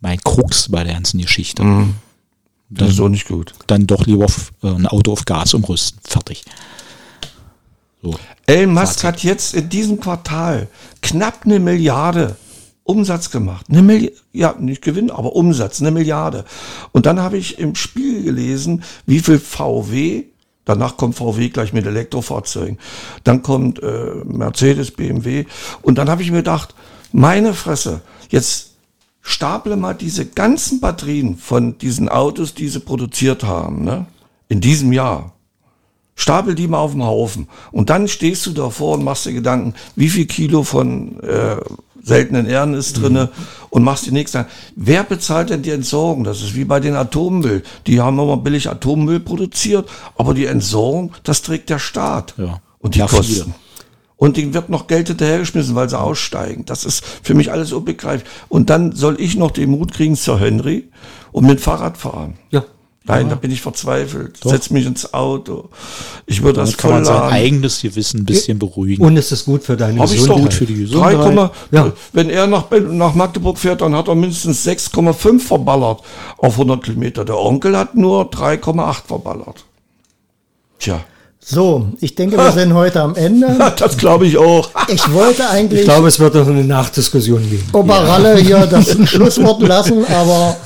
D: mein Krux bei der ganzen Geschichte.
A: Das ist so nicht gut.
D: Dann doch lieber auf, äh, ein Auto auf Gas umrüsten. Fertig. So.
A: Elon Musk hat jetzt in diesem Quartal knapp eine Milliarde Umsatz gemacht. Eine Milliarde, ja, nicht Gewinn, aber Umsatz, eine Milliarde. Und dann habe ich im Spiel gelesen, wie viel VW, danach kommt VW gleich mit Elektrofahrzeugen, dann kommt äh, Mercedes, BMW. Und dann habe ich mir gedacht, meine Fresse, jetzt staple mal diese ganzen Batterien von diesen Autos, die sie produziert haben, ne? in diesem Jahr. Stapel die mal auf dem Haufen. Und dann stehst du davor und machst dir Gedanken, wie viel Kilo von äh, seltenen Erden ist drinne
D: Mhm.
A: und machst die nächste. Wer bezahlt denn die Entsorgung? Das ist wie bei den Atommüll. Die haben immer billig Atommüll produziert, aber die Entsorgung, das trägt der Staat.
D: Ja.
A: Und die
D: Ja, viele.
A: Kosten. Und denen wird noch Geld hinterhergeschmissen, weil sie aussteigen. Das ist für mich alles unbegreiflich. Und dann soll ich noch den Mut kriegen, Sir Henry, um mit dem Fahrrad fahren.
C: Ja.
A: Nein, da bin ich verzweifelt. Setz mich ins Auto. Ich würde das
D: Damit kann man
A: voll
D: sein
A: laden.
D: eigenes Gewissen ein bisschen beruhigen.
C: Und es ist gut für deine
A: Hab ich doch
C: Gesundheit.
D: für die Gesundheit.
A: 3,
C: Ja.
A: Wenn er nach, Be- nach Magdeburg fährt, dann hat er mindestens 6,5 verballert auf 100 Kilometer. Der Onkel hat nur 3,8 verballert. Tja,
B: So, ich denke, wir sind heute am Ende.
A: das glaube ich auch.
B: Ich wollte
C: Ich
B: eigentlich
C: glaube, es wird noch eine Nachdiskussion geben.
B: Oberralle hier das Schlusswort lassen, aber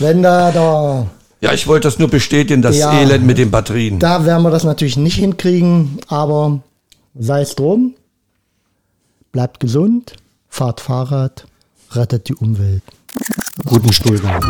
B: wenn da, da,
A: Ja, ich wollte das nur bestätigen, das
B: Ja.
A: Elend mit den Batterien.
B: da werden wir das natürlich nicht hinkriegen, aber sei es drum. Bleibt gesund, fahrt Fahrrad, rettet die Umwelt.
C: Guten Stuhlgang.